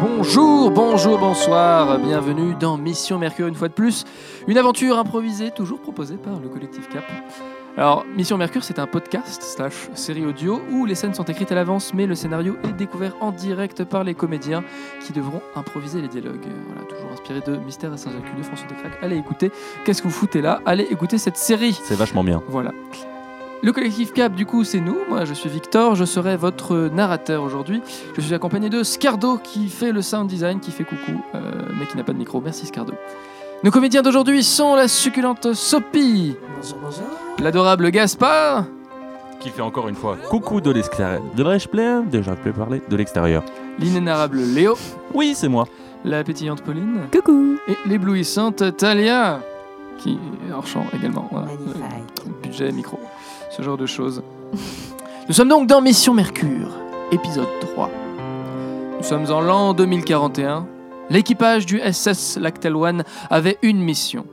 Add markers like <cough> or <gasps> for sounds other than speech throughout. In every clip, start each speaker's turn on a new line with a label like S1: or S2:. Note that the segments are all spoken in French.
S1: Bonjour, bonjour, bonsoir, bienvenue dans Mission Mercure une fois de plus, une aventure improvisée toujours proposée par le collectif Cap. Alors, Mission Mercure, c'est un podcast slash série audio où les scènes sont écrites à l'avance, mais le scénario est découvert en direct par les comédiens qui devront improviser les dialogues. Voilà, toujours inspiré de Mystère à Saint-Jacques de François Descraques. Allez écouter, qu'est-ce que vous foutez là Allez écouter cette série
S2: C'est vachement bien.
S1: Voilà. Le collectif Cap, du coup, c'est nous. Moi, je suis Victor, je serai votre narrateur aujourd'hui. Je suis accompagné de Scardo qui fait le sound design, qui fait coucou, euh, mais qui n'a pas de micro. Merci Scardo. Nos comédiens d'aujourd'hui sont la succulente Sophie, l'adorable Gaspard,
S3: Qui fait encore une fois.
S2: Coucou de l'extérieur. Devrais-je plaire Déjà, je peux parler de l'extérieur.
S1: l'inénarrable Léo,
S2: Oui, c'est moi.
S1: la pétillante Pauline
S4: Coucou
S1: et l'éblouissante Talia, qui est hors champ également. voilà. budget, micro, ce genre de choses. <laughs> Nous sommes donc dans Mission Mercure, épisode 3. Nous sommes en l'an 2041. L'équipage du SS Lactel One avait une mission,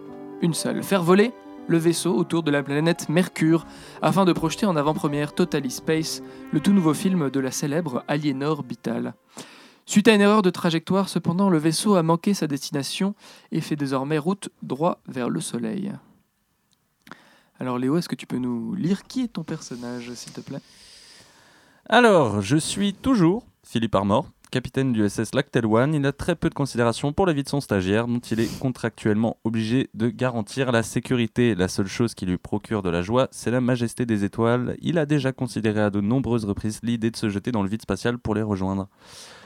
S1: une seule, faire voler le vaisseau autour de la planète Mercure afin de projeter en avant-première Totally Space, le tout nouveau film de la célèbre Aliénor Orbital. Suite à une erreur de trajectoire, cependant, le vaisseau a manqué sa destination et fait désormais route droit vers le Soleil. Alors Léo, est-ce que tu peux nous lire qui est ton personnage, s'il te plaît
S2: Alors, je suis toujours Philippe Armor, capitaine du SS Lactel One. Il a très peu de considération pour la vie de son stagiaire, dont il est contractuellement obligé de garantir la sécurité. La seule chose qui lui procure de la joie, c'est la majesté des étoiles. Il a déjà considéré à de nombreuses reprises l'idée de se jeter dans le vide spatial pour les rejoindre.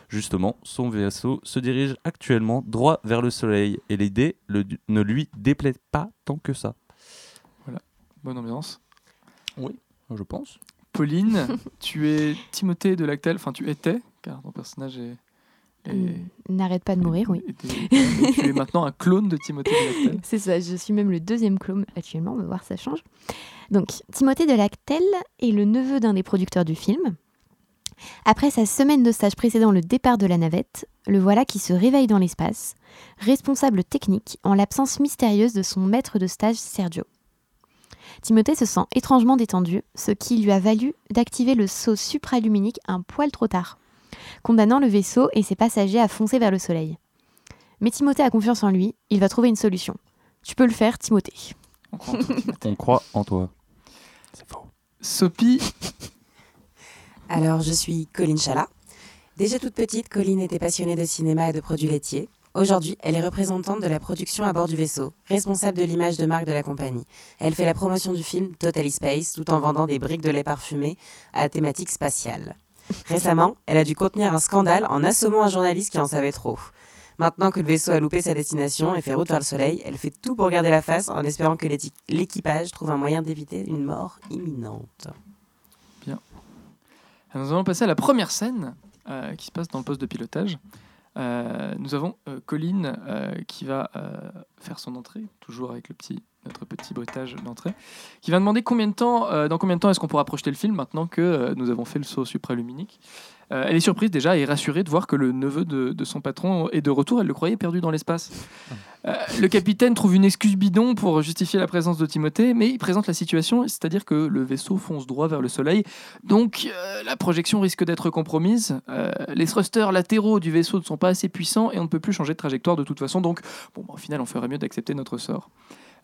S2: Justement, son vaisseau se dirige actuellement droit vers le soleil, et l'idée le- ne lui déplaît pas tant que ça.
S1: Bonne ambiance.
S2: Je pense.
S1: Pauline, <laughs> tu es Timothée de Lactel, enfin tu étais, car ton personnage est... est-
S4: N'arrête pas de Euh, mourir, oui.
S1: était- et tu es maintenant un clone de Timothée de
S4: <laughs>
S1: Lactel.
S4: C'est ça, je suis même le deuxième clone actuellement, on va voir, ça change. Donc, Timothée de Lactel est le neveu d'un des producteurs du film. Après sa semaine de stage précédant le départ de la navette, le voilà qui se réveille dans l'espace, responsable technique en l'absence mystérieuse de son maître de stage Sergio. Timothée se sent étrangement détendu, ce qui lui a valu d'activer le saut supraluminique un poil trop tard, condamnant le vaisseau et ses passagers à foncer vers le soleil. Mais Timothée a confiance en lui, il va trouver une solution. Tu peux le faire, Timothée.
S1: On prend tout.
S2: On croit en toi. C'est faux.
S1: Sophie,
S5: Alors, je suis Colline Chala. Déjà toute petite, Colline était passionnée de cinéma et de produits laitiers. Aujourd'hui, elle est représentante de la production à bord du vaisseau, responsable de l'image de marque de la compagnie. Elle fait la promotion du film Totally Space tout en vendant des briques de lait parfumé à thématique spatiale. Récemment, elle a dû contenir un scandale en assommant un journaliste qui en savait trop. Maintenant que le vaisseau a loupé sa destination et fait route vers le soleil, elle fait tout pour garder la face en espérant que l'éti- l'équipage trouve un moyen d'éviter une mort imminente.
S1: Alors, nous allons passer à la première scène euh, qui se passe dans le poste de pilotage. Euh, nous avons euh, Colline euh, qui va euh, faire son entrée, toujours avec le petit, notre petit bruitage d'entrée, qui va demander combien de temps, euh, dans combien de temps est-ce qu'on pourra projeter le film maintenant que euh, nous avons fait le saut supraluminique. Euh, elle est surprise déjà et rassurée de voir que le neveu de, de son patron est de retour, elle le croyait perdu dans l'espace. Euh, le capitaine trouve une excuse bidon pour justifier la présence de Timothée, mais il présente la situation, c'est-à-dire que le vaisseau fonce droit vers le soleil donc euh, la projection risque d'être compromise. Euh, les thrusters latéraux du vaisseau ne sont pas assez puissants et on ne peut plus changer de trajectoire de toute façon. Donc bon, bah, au final, on ferait mieux d'accepter notre sort.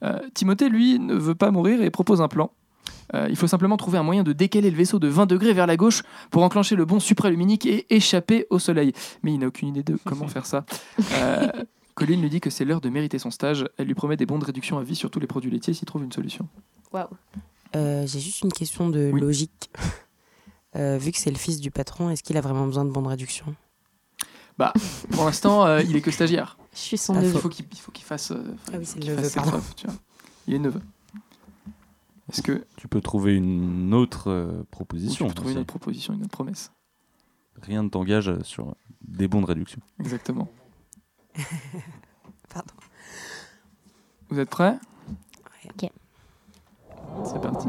S1: Euh, Timothée, lui, ne veut pas mourir et propose un plan. Euh, il faut simplement trouver un moyen de décaler le vaisseau de 20 degrés vers la gauche pour enclencher le bond supraluminique et échapper au soleil. Mais il n'a aucune idée de comment faire ça. Euh, Colline lui dit que c'est l'heure de mériter son stage. Elle lui promet des bons de réduction à vie sur tous les produits laitiers s'il trouve une solution.
S4: Waouh.
S5: Euh, J'ai juste une question de
S1: Oui.
S5: logique.
S6: <laughs>
S5: Euh, vu que c'est le fils du patron, est-ce qu'il a vraiment besoin de bande réduction
S1: Pour l'instant, euh, il est que stagiaire.
S4: Je suis son
S5: Pas
S1: Il
S4: neveu.
S1: faut qu'il il faut qu'il fasse. euh,
S5: Ah oui, c'est le
S1: qu'il fasse
S5: neveu,
S1: ses
S5: pardon.
S1: preuves, tu vois. Il est neveu. Est-ce que
S2: Tu peux trouver une autre euh,
S1: ou tu
S2: proposition.
S1: peux trouver
S2: aussi.
S1: une autre proposition, une autre promesse
S2: Rien ne t'engage euh, sur des bons de réduction.
S1: Exactement.
S5: Pardon.
S1: Vous êtes prêts
S4: Ok.
S1: C'est parti.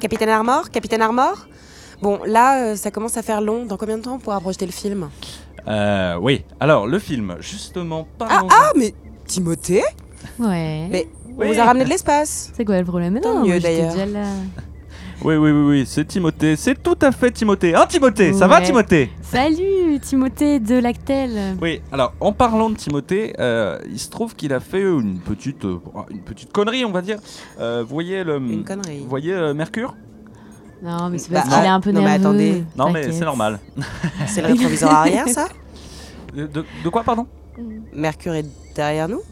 S5: Capitaine Armor Capitaine Armor Bon, là, euh, ça commence à faire long. Dans combien de temps on pourra projeter le film
S2: Euh,
S6: ah
S2: oui. Alors, le film, justement, pas
S5: Ah, mais Timothée
S4: Ouais.
S5: Mais
S6: On vous a ramené de l'espace.
S4: C'est quoi le problème Mais
S6: Tant
S4: non,
S6: mieux,
S4: moi, j'étais
S6: d'ailleurs.
S4: déjà là.
S2: Oui, oui, oui, oui, c'est Timothée, c'est tout à fait Timothée. Hein, Timothée Ça va,
S4: Ouais.
S2: Timothée
S4: Salut, Timothée de Lactel.
S2: Oui, alors en parlant de Timothée, euh, il se trouve qu'il a fait une petite, euh, une petite connerie, on va dire. Euh, vous voyez le.
S6: Une connerie.
S2: Vous voyez euh, Mercure
S4: Non, mais c'est
S6: Bah,
S4: parce qu'il est un peu
S6: non, mais
S4: nerveux.
S6: attendez.
S2: Non, mais
S4: T'inquiète.
S2: c'est normal. Euh,
S6: C'est
S2: <laughs>
S6: le rétroviseur arrière, ça
S2: De, de quoi, pardon
S6: Mercure est derrière nous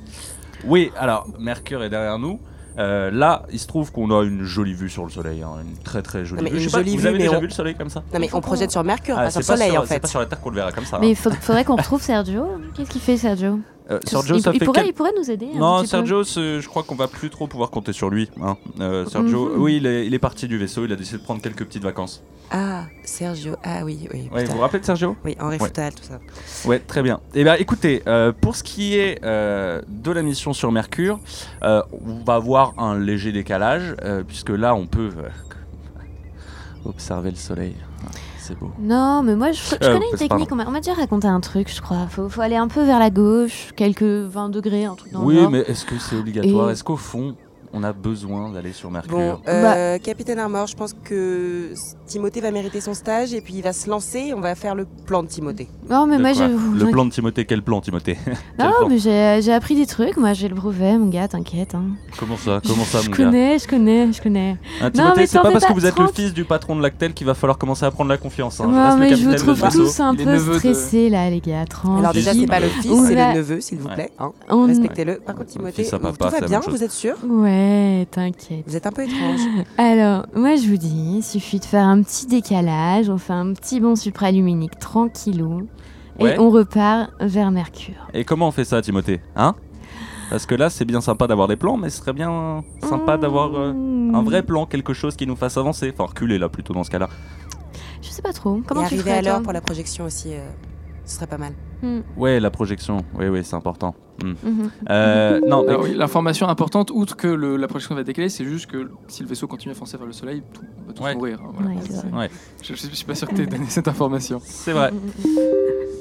S2: Oui, alors Mercure est derrière nous. Euh, là, il se trouve qu'on a une jolie vue sur le soleil, hein, une très très jolie
S6: Non, mais
S2: vue. Je
S6: une
S2: sais pas,
S6: jolie
S2: vous
S6: vue,
S2: avez
S6: mais
S2: déjà
S6: on-
S2: vu le soleil comme ça
S6: Non, mais on projette sur Mercure,
S2: Ah,
S6: pas sur le
S2: c'est pas
S6: Soleil,
S2: sur-
S6: en
S2: C'est
S6: fait.
S2: pas sur la Terre qu'on le verra comme ça.
S4: Mais
S2: hein.
S4: il faut- faudrait qu'on retrouve Sergio. Qu'est-ce qu'il fait, Sergio
S2: Euh,
S4: Tout-
S2: Sergio,
S4: il,
S2: ça
S4: il
S2: fait
S4: pourrait,
S2: quel-
S4: il pourrait nous aider hein, un
S2: Non,
S4: petit peu.
S2: Sergio, c'est- je crois qu'on va plus trop pouvoir compter sur lui. hein. Euh, Sergio,
S4: Mhm.
S2: oui, il est, il est parti du vaisseau, il a décidé de prendre quelques petites vacances.
S6: Ah, Sergio. Ah oui, oui.
S2: Ouais, vous
S6: putain.
S2: vous rappelez de Sergio
S6: Oui, Henri
S2: Ouais.
S6: Foutal, tout ça.
S2: Ouais, très bien. Eh bien, écoutez, euh, pour ce qui est euh, de la mission sur Mercure, euh, on va avoir un léger décalage, euh, puisque là, on peut euh, <laughs> observer le soleil. Ah, C'est beau.
S4: Non, mais moi, je, je
S2: Euh,
S4: connais une
S2: pardon.
S4: technique. On m'a on m'a déjà raconté un truc, je crois. Faut, faut aller un peu vers la gauche, quelques 20 degrés, un truc dans le
S2: oui,
S4: genre.
S2: mais est-ce que c'est obligatoire
S4: Et-
S2: Est-ce qu'au fond, on a besoin d'aller sur Mercure
S6: Bon,
S4: Bah-
S6: euh, Capitaine Armor, je pense que Timothée va mériter son stage et puis il va se lancer et on va faire le plan de Timothée.
S4: Non, mais
S2: De
S4: moi,
S2: quoi
S4: j'ai...
S2: Le plan de Timothée, quel plan,
S4: <laughs>
S2: Timothée <laughs> Quel
S4: Non,
S2: plan
S4: mais j'ai j'ai appris des trucs. Moi, j'ai le brevet, mon gars, t'inquiète. hein.
S2: Comment ça Comment ça,
S4: Je
S2: mon gars
S4: connais, je connais, je connais.
S2: Hein,
S4: Non,
S2: Timothée,
S4: mais
S2: c'est
S4: t'en
S2: pas
S4: fais
S2: parce que
S4: pas
S2: vous êtes le
S4: 30.
S2: fils du patron de Lactel qu'il va falloir commencer à prendre la confiance. hein. Je
S4: Non,
S2: reste le
S4: Oh, mais je vous
S2: capitaine de
S4: trouve
S2: ce vaisseau.
S4: tous un
S1: Il est
S4: peu
S1: neveu de-
S4: stressés, là, les gars. Tranquille.
S6: Alors déjà, c'est
S2: fils.
S6: pas le fils,
S4: On
S6: c'est
S4: va-
S6: le neveu, s'il vous
S2: Ouais.
S6: plaît. hein.
S4: On-
S6: Respectez-le. Par contre,
S2: Ouais,
S6: Timothée,
S2: fils à
S6: vous-
S2: papa,
S6: tout
S2: c'est
S6: va
S2: la
S6: bien,
S2: même chose.
S6: vous êtes sûr
S4: Ouais, t'inquiète.
S6: Vous êtes un peu étrange.
S4: Alors, moi je vous dis, il suffit de faire un petit décalage, on fait un petit bond supraluminique tranquillou,
S2: Ouais.
S4: et on repart vers Mercure.
S2: Et comment on fait ça, Timothée Hein Parce que là, c'est bien sympa d'avoir des plans, mais ce serait bien sympa
S4: Mmh.
S2: d'avoir euh, un vrai plan, quelque chose qui nous fasse avancer. Enfin, reculer là plutôt dans ce cas-là.
S4: Je sais pas trop. Comment
S6: et
S4: tu
S6: arriver
S4: ferais
S6: à l'heure
S4: toi
S6: pour la projection aussi, euh, ce serait pas mal.
S2: Ouais, la projection. Oui, oui, c'est important.
S4: Mhm.
S2: Euh, non, mais-
S1: Alors Ah oui, l'information importante, outre que le- la projection va décaler, c'est juste que si le vaisseau continue à foncer vers le soleil, tout- on va tous
S2: Ouais.
S1: mourir. hein, voilà.
S4: Ouais, c'est vrai.
S1: C'est-
S2: Ouais.
S1: Je, je suis pas sûr que t'aies donné cette information.
S2: c'est vrai.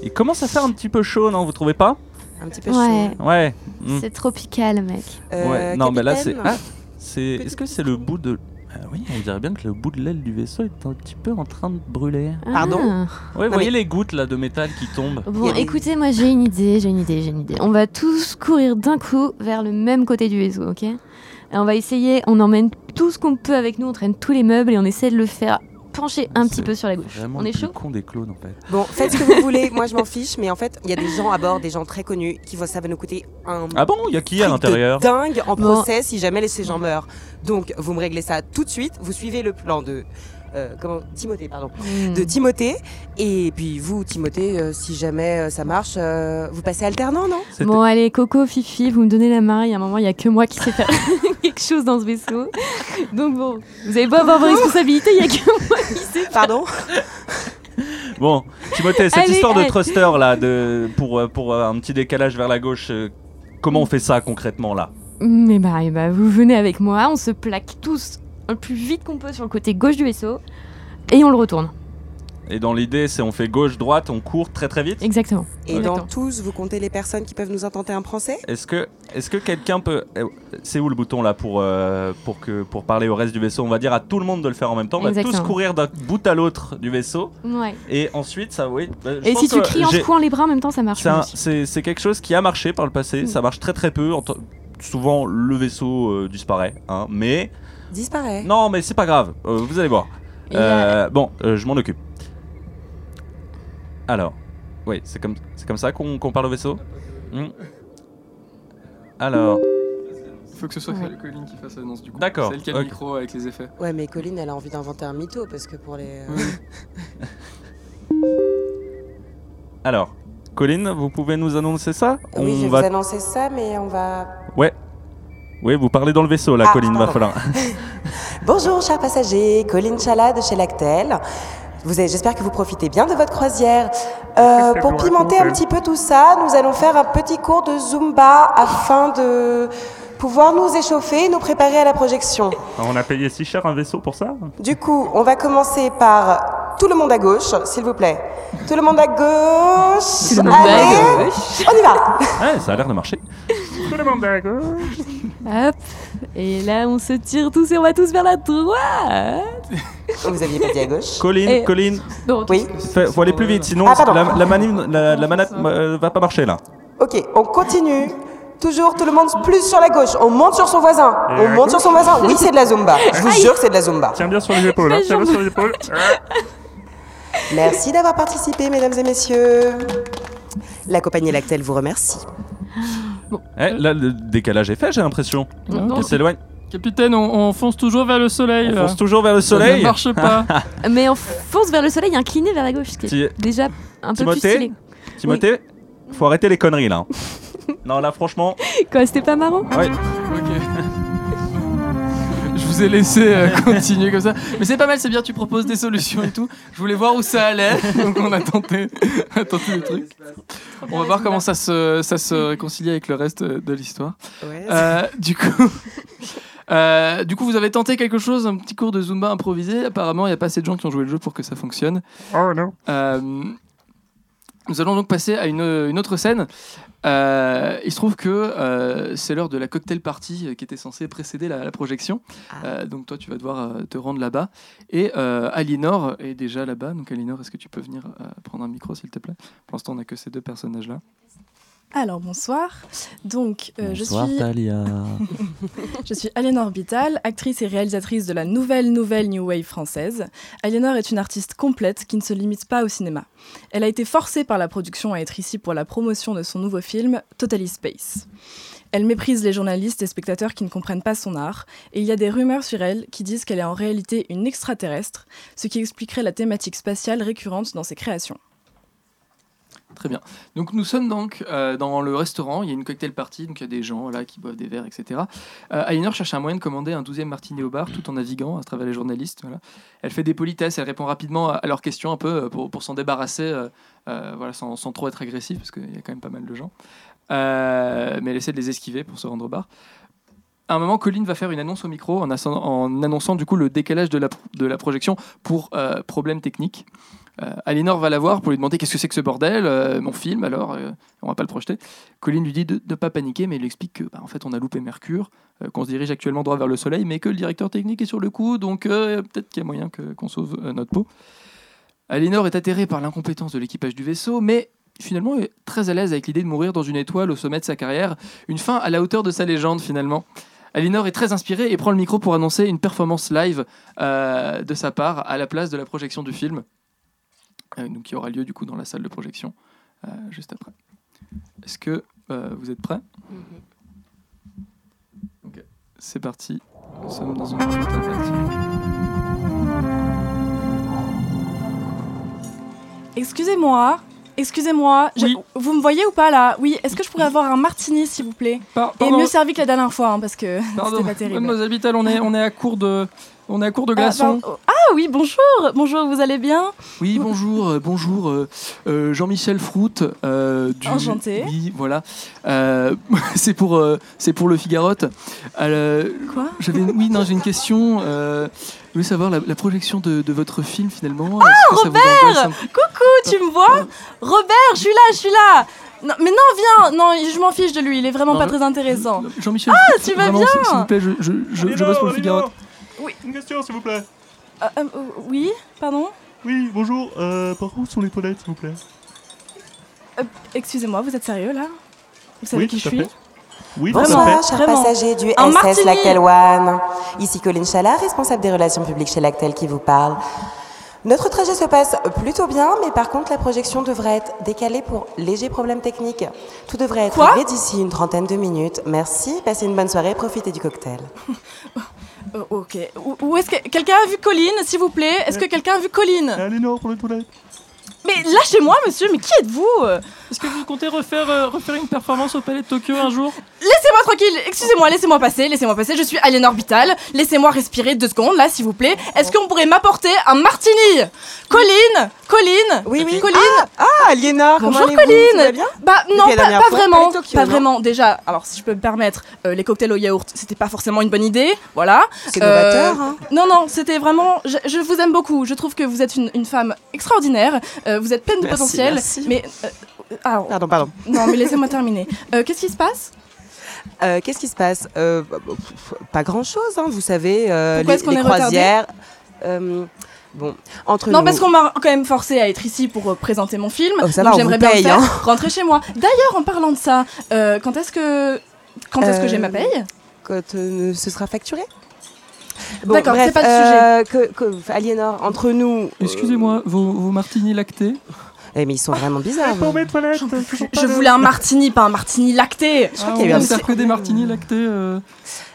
S2: Il commence à faire un petit peu chaud, non Vous trouvez pas
S6: Un petit peu
S4: Ouais.
S6: chaud.
S2: Ouais. Mm.
S4: C'est tropical, mec.
S6: Euh,
S2: ouais. Non, mais là, c'est.
S6: capitaine,
S2: Ah, c'est. Est-ce que c'est le bout de. Ah oui, on dirait bien que le bout de l'aile du vaisseau est un petit peu en train de brûler.
S6: Pardon
S4: Ah.
S2: Ouais, vous
S6: mais-
S2: voyez les gouttes là de métal qui tombent.
S6: Il y
S4: Bon,
S6: a des-
S4: écoutez, moi j'ai une idée, j'ai une idée, j'ai une idée. On va tous courir d'un coup vers le même côté du vaisseau, ok Et on va essayer, on emmène tout ce qu'on peut avec nous, on traîne tous les meubles et on essaie de le faire pencher un petit
S2: C'est
S4: peu sur la gauche.
S2: Vraiment
S4: On
S2: le
S4: est
S2: plus
S4: chaud
S2: con des clones en fait.
S6: Bon, faites ce que vous voulez, moi je m'en fiche, mais en fait, il y a des gens à bord, des gens très connus, qui vont, ça va nous coûter un
S2: Ah bon Il y a qui à
S6: truc de
S2: l'intérieur
S6: dingue en
S4: Bon.
S6: procès si jamais les- ces gens meurent. Donc, vous me réglez ça tout de suite, vous suivez le plan de... euh, comment Timothée, pardon.
S4: Mm.
S6: De Timothée. Et puis vous, Timothée, euh, si jamais euh, ça marche, euh, vous passez alternant, non
S2: C'était-
S4: Bon, allez, Coco, Fifi, vous me donnez la main. Il y a un moment, il n'y a que moi qui sais faire <laughs> quelque chose dans ce vaisseau. Donc bon, vous allez pas avoir vos responsabilités, il n'y a que moi qui sais.
S6: Pardon
S2: Bon, Timothée, cette
S4: Allez,
S2: histoire de
S4: allez.
S2: thruster là, de, pour, euh, pour euh, un petit décalage vers la gauche, euh, comment on fait ça concrètement là
S4: Mais bah, eh bah, vous venez avec moi, on se plaque tous le plus vite qu'on peut sur le côté gauche du vaisseau et on le retourne.
S2: Et dans l'idée, c'est on fait gauche, droite, on court très très vite.
S4: Exactement.
S6: Et
S4: Ouais.
S6: dans
S4: Attends.
S6: tous, vous comptez les personnes qui peuvent nous intenter un procès
S2: Est-ce que, est que quelqu'un peut. euh, C'est où le bouton là pour, euh, pour, que, pour parler au reste du vaisseau On va dire à tout le monde de le faire en même temps. On va tous
S4: Exactement.
S2: courir d'un bout à l'autre du vaisseau.
S4: Ouais.
S2: Et ensuite, ça, oui. bah, je
S4: Et
S2: pense
S4: si tu
S2: que
S4: cries en
S2: j'ai-
S4: secouant les bras en même temps, ça marche.
S2: C'est un-
S4: aussi.
S2: C'est c'est quelque chose qui a marché par le passé.
S4: Mm.
S2: Ça marche très très peu. En t- Souvent, le vaisseau euh, disparaît. hein, mais.
S6: Disparaît.
S2: Non, mais c'est pas grave. Euh, vous allez voir.
S4: Et là-
S2: Euh, bon, euh, je m'en occupe. Alors, oui, c'est comme, c'est comme ça qu'on qu'on parle au vaisseau Hmm. Alors,
S1: Il faut que ce soit
S4: Ouais.
S1: Colline qui fasse l'annonce du coup.
S2: D'accord,
S1: Celle qui a
S2: ok.
S1: le micro avec les effets.
S6: Ouais, mais Colline, elle a envie d'inventer un mytho, parce que pour les... euh,
S1: Oui.
S2: Mm. alors, Colline, vous pouvez nous annoncer ça
S6: Oui, je vais
S2: va...
S6: vous annoncer ça, mais on va
S2: Oui, vous parlez dans le vaisseau, là,
S6: Ah,
S2: Colline, va
S6: pardon.
S2: falloir.
S6: Bonjour chers passagers, Colline Chala de chez Lactel. Vous avez- J'espère que vous profitez bien de votre croisière. Euh, pour pimenter un petit peu tout ça, nous allons faire un petit cours de Zumba afin de pouvoir nous échauffer et nous préparer à la projection.
S7: Ah,
S2: On a payé si cher un vaisseau pour ça
S6: Du coup, on va commencer par tout le monde à gauche, s'il vous plaît. Tout le monde à gauche.
S4: le monde à
S6: Allez, on y va.
S2: Ouais, ça a l'air de marcher.
S4: Hop. Et là, on se tire tous et on va tous vers la droite.
S5: Vous aviez pas dit à gauche
S2: Colline,
S4: Et-
S2: Colline,
S4: Non,
S5: Oui.
S2: fais- faut aller plus vite, sinon
S5: Ah, pardon.
S2: la, la manip- la- la
S6: Ah,
S2: manette euh, va pas marcher là.
S6: Ok, on continue. Toujours tout le monde plus sur la gauche. On monte sur son voisin. On monte sur son voisin. Oui, c'est de la Zumba. Je vous jure que c'est de la Zumba.
S7: Tiens bien sur les épaules, hein,
S4: Pas
S7: tiens bien
S4: jambes.
S7: sur les épaules.
S6: Merci d'avoir participé, mesdames et messieurs. La compagnie Lactel vous remercie.
S2: Eh, là, le décalage est fait, j'ai l'impression.
S1: Non,
S2: On
S1: non.
S2: s'éloigne.
S1: Capitaine, on, on fonce toujours vers le soleil.
S2: On
S1: là.
S2: fonce toujours vers le
S1: Ça ne
S2: soleil.
S1: marche
S2: <laughs>
S1: pas.
S4: Mais on fonce vers le soleil, incliné vers la gauche, ce qui est
S2: Ti-
S4: déjà un peu plus
S2: Timothée
S4: stylé.
S2: Timothée, faut arrêter les conneries là. hein. <laughs> non, là, franchement,
S4: Quoi, c'était pas marrant
S2: ouais.
S1: Ok. Je vous ai laissé euh, continuer comme ça. Mais c'est pas mal, c'est bien, tu proposes des solutions et tout. Je voulais voir où ça allait, donc on a tenté, on a tenté des trucs. On va voir comment ça se, ça se réconcilie avec le reste euh, de l'histoire. Euh, du coup. <laughs> euh, du coup, vous avez tenté quelque chose, un petit cours de Zumba improvisé. Apparemment, il n'y a pas assez de gens qui ont joué le jeu pour que ça fonctionne.
S7: Oh non.
S1: Euh, nous allons donc passer à une, une autre scène. Euh, il se trouve que euh, c'est l'heure de la cocktail party euh, qui était censée précéder la, la projection. Euh, donc toi, tu vas devoir euh, te rendre là-bas. Et euh, Aliénor est déjà là-bas. Donc Aliénor, est-ce que tu peux venir euh, prendre un micro, s'il te plaît Pour l'instant, on n'a que ces deux personnages-là.
S8: Alors bonsoir. Donc euh, je suis
S2: Talia.
S8: je suis Aliénor Orbital, actrice et réalisatrice de la nouvelle nouvelle New Wave française. Aliénor est une artiste complète qui ne se limite pas au cinéma. Elle a été forcée par la production à être ici pour la promotion de son nouveau film Totally Space. Elle méprise les journalistes et spectateurs qui ne comprennent pas son art, et il y a des rumeurs sur elle qui disent qu'elle est en réalité une extraterrestre, ce qui expliquerait la thématique spatiale récurrente dans ses créations.
S1: Très bien. Donc nous sommes donc euh, dans le restaurant, il y a une cocktail party, donc il y a des gens là qui boivent des verres, etc. Euh, Aliénor cherche un moyen de commander un 12e martini au bar tout en naviguant à travers les journalistes. voilà. Elle fait des politesses, elle répond rapidement à, à leurs questions un peu euh, pour, pour s'en débarrasser, euh, euh, voilà, sans, sans trop être agressif, parce qu'il y a quand même pas mal de gens. Euh, mais elle essaie de les esquiver pour se rendre au bar. À un moment, Colline va faire une annonce au micro en, assen- en annonçant du coup le décalage de la, pro- de la projection pour euh, problème technique. Euh, Aliénor va la voir pour lui demander qu'est-ce que c'est que ce bordel, euh, mon film, alors euh, on va pas le projeter. Colin lui dit de ne pas paniquer, mais il lui explique que bah, en fait on a loupé Mercure, euh, qu'on se dirige actuellement droit vers le Soleil, mais que le directeur technique est sur le coup, donc euh, peut-être qu'il y a moyen que- qu'on sauve euh, notre peau. Aliénor est atterrée par l'incompétence de l'équipage du vaisseau, mais finalement est très à l'aise avec l'idée de mourir dans une étoile au sommet de sa carrière, une fin à la hauteur de sa légende finalement. Aliénor est très inspirée et prend le micro pour annoncer une performance live euh, de sa part à la place de la projection du film euh, donc qui aura lieu du coup dans la salle de projection euh, juste après. Est-ce que euh, vous êtes prêts Ok, c'est parti. Nous sommes dans une petite partie.
S8: Excusez-moi, excusez-moi, je-
S1: Oui.
S8: vous me voyez ou pas là Oui, est-ce que je pourrais avoir un martini s'il vous plaît
S1: Par-
S8: Et
S1: pardon,
S8: mieux servi que la dernière fois hein, parce que
S1: pardon.
S8: c'était pas terrible.
S1: Mademoiselle Vital, on est, on est à court de, on est à court de
S8: Ah,
S1: glaçons.
S8: pardon. Ah oui, bonjour, bonjour, vous allez bien
S1: Oui, bonjour, euh, bonjour, euh, euh, Jean-Michel Froute. euh, du...
S8: Enchanté.
S1: Oui, voilà. Euh, <laughs> c'est pour, euh, c'est pour le Figarote. Euh,
S8: Quoi
S1: J'avais une- oui, non, j'ai une question. euh, je voulais savoir la, la projection de, de votre film finalement. Ah, Robert
S8: Coucou, tu me vois Robert, je suis là, je suis là Non, mais non, viens Non, je m'en fiche de lui, il est vraiment
S1: Non,
S8: pas
S1: je-
S8: très intéressant.
S1: Jean-Michel,
S8: Ah, tu vas
S1: vraiment,
S8: bien
S1: s- S'il vous plaît, je, je, je, je bosse pour le Figaro.
S8: Oui.
S7: Une question s'il vous plaît.
S8: Euh, euh, oui, pardon
S7: Oui, bonjour. Euh, par où sont les toilettes s'il vous plaît
S8: Excusez-moi, vous êtes sérieux là Vous savez
S7: Oui,
S8: qui je
S7: tout à
S8: suis
S7: fait. Oui, tout à fait.
S8: Vraiment,
S6: Bonsoir, chers
S8: vraiment.
S6: passagers du
S8: Un
S6: SS
S8: martini.
S6: Lactel One. Ici Colline Chala, responsable des relations publiques chez Lactel qui vous parle. Notre trajet se passe plutôt bien, mais par contre, la projection devrait être décalée pour léger problème technique. Tout devrait être
S8: Quoi
S6: réglé d'ici une trentaine de minutes. Merci, passez une bonne soirée, profitez du cocktail.
S8: Euh, ok. Où, où est-ce que. Quelqu'un a vu Colline, s'il vous plaît Est-ce
S1: Euh,
S8: que quelqu'un a vu Colline
S7: Allez, non, pour les toilettes.
S8: Mais lâchez-moi, monsieur, mais qui êtes-vous
S1: Est-ce que vous comptez refaire, euh, refaire une performance au Palais de Tokyo un jour
S8: Laissez-moi tranquille, excusez-moi, laissez-moi passer, laissez-moi passer, je suis Alien Orbital, laissez-moi respirer deux secondes là s'il vous plaît. Est-ce qu'on pourrait m'apporter un martini Colline Colline
S6: Oui, oui.
S8: Colline
S6: Ah, Aliénor,
S8: Bonjour
S6: allez-vous Tout va
S8: Colline
S6: bien
S8: Bah non,
S6: la
S8: pas,
S6: dernière
S8: pas
S6: fois,
S8: vraiment,
S6: Palais Tokyo,
S8: pas
S6: non
S8: vraiment déjà. Alors si je peux me permettre, euh, les cocktails au yaourt, c'était pas forcément une bonne idée, voilà.
S6: C'est
S8: Euh,
S6: novateur, hein
S8: Non, non, c'était vraiment. Je, je vous aime beaucoup. Je trouve que vous êtes une, une femme extraordinaire. euh, vous êtes pleine de
S6: Merci, Ah.
S8: potentiel.
S6: merci.
S8: Mais. euh, alors,
S6: Pardon, pardon.
S8: non, mais laissez-moi terminer. Euh, Qu'est-ce qui se passe
S6: Euh, Qu'est-ce qui se passe Euh, bah, bah, pff, Pas grand-chose, hein, vous savez. euh,
S8: Pourquoi
S6: les,
S8: est-ce qu'on
S6: les
S8: est retardé
S6: croisières. euh, bon, entre
S8: Non,
S6: nous.
S8: parce qu'on m'a quand même forcé à être ici pour euh, présenter mon film.
S6: Oh, ça
S8: donc
S6: va, on
S8: j'aimerais
S6: vous
S8: bien
S6: paye,
S8: le faire, rentrer chez moi. D'ailleurs, en parlant de ça, euh, quand est-ce que quand est-ce que j'ai ma
S6: Euh,
S8: paye
S6: Quand euh, ce sera facturé.
S8: D'accord, c'est
S6: bref,
S8: pas le
S6: euh, que- que- Aliénor, entre nous. euh,
S1: Excusez-moi, vos, vos martinis lactés
S6: eh, mais ils sont vraiment bizarres. hein.
S7: Pour mes toilettes,
S8: J'en
S7: toujours pas
S8: Je
S7: de-
S8: voulais un martini, pas un martini lacté.
S6: Je crois
S1: Ah,
S6: qu'il y a
S1: on
S6: eu un
S1: sert
S6: petit-
S1: que des martinis lactés. euh,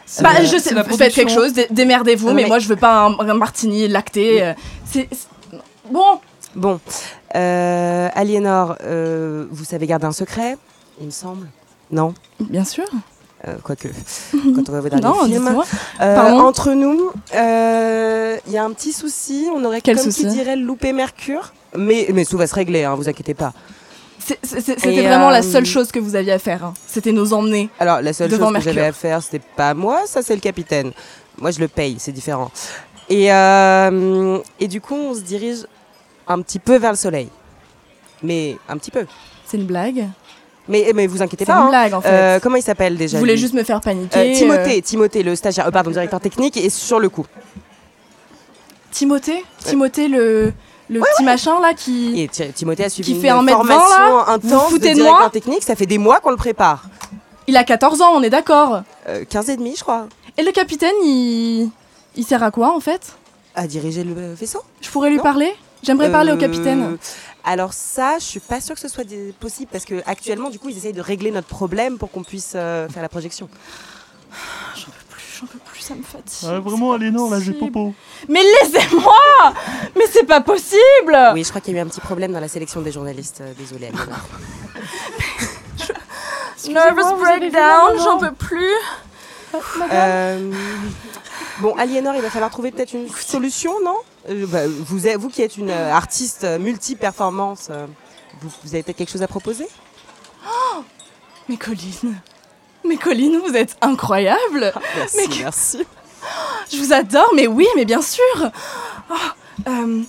S1: c'est-
S8: Bah,
S1: euh,
S8: je
S1: c'est
S8: sais,
S1: la
S8: faites quelque
S1: production.
S8: chose, dé- démerdez-vous,
S6: Non,
S8: mais
S6: mais-
S8: moi je veux pas un, un martini lacté. euh, C'est c'est- bon.
S6: Bon, euh, Aliénor, euh, vous savez garder un secret, il me semble. Non,
S8: Bien sûr.
S6: Euh,
S8: <laughs>
S6: quoique. Quand on va vous dans
S8: Non,
S6: le film.
S8: dites-moi.
S6: Euh,
S8: Pardon
S6: entre nous, euh, il y a un petit souci. On aurait,
S8: Quel
S6: comme
S8: souci
S6: qui dirait, loupé Mercure. Mais, mais tout va se régler, hein, vous inquiétez pas.
S8: C'est- c'est- c'est- C'était
S6: Et,
S8: vraiment la
S6: euh,
S8: seule chose que vous aviez à faire. hein. C'était nous emmener.
S6: Alors, la seule chose
S8: Devant
S6: que
S8: Mercure.
S6: j'avais à faire, c'était pas moi, ça c'est le capitaine. Moi, je le paye, c'est différent. Et, euh, et du coup, on se dirige un petit peu vers le soleil. Mais un petit peu.
S8: C'est une blague.
S6: Mais, mais vous inquiétez
S8: C'est
S6: pas.
S8: une
S6: hein.
S8: blague en fait.
S6: Euh, comment il s'appelle déjà
S8: vous voulez
S6: lui
S8: juste me faire
S6: Euh,
S8: paniquer.
S6: Timothée, Timothée, le stagiaire, euh, pardon, directeur technique, est sur le coup.
S8: euh, Timothée Timothée, le, le petit machin là qui.
S6: Et Ti- Timothée a suivi
S8: Qui fait
S6: une
S8: 1m20, là
S6: formation
S8: Vous
S6: intense de
S8: foutez de
S6: directeur
S8: moi
S6: technique. Ça fait des mois qu'on le prépare.
S8: Il a 14 ans, on est d'accord.
S6: Euh, 15 et demi, je crois,
S8: Et le capitaine, il. Il sert à quoi en fait
S6: à diriger le euh, vaisseau.
S8: Je pourrais lui
S6: Non.
S8: parler J'aimerais parler au
S6: Euh,
S8: capitaine.
S6: Alors ça, je suis pas sûre que ce soit des- possible parce que actuellement, du coup, ils essayent de régler notre problème pour qu'on puisse euh, faire la projection.
S8: J'en peux plus, j'en peux plus, ça me fatigue.
S7: Ah, vraiment,
S8: c'est pas
S7: Aliénor, là, j'ai
S8: possible.
S7: popo.
S8: Mais laissez-moi Mais c'est pas possible
S6: Oui, je crois qu'il y a eu un petit problème dans la sélection des journalistes. euh, désolée. Aliénor.
S8: Ah, Nervous breakdown, j'en peux plus
S6: Euh, bon, Aliénor, il va falloir trouver peut-être une solution, non Euh, bah, vous, êtes- vous qui êtes une euh, artiste euh, multi-performance, euh, vous, vous avez peut-être quelque chose à proposer
S8: Mais Colline Mais Colline, vous êtes incroyable
S6: Ah, Merci,
S8: Mais que-
S6: merci.
S8: Je vous adore, mais oui, mais bien sûr Oh, euh,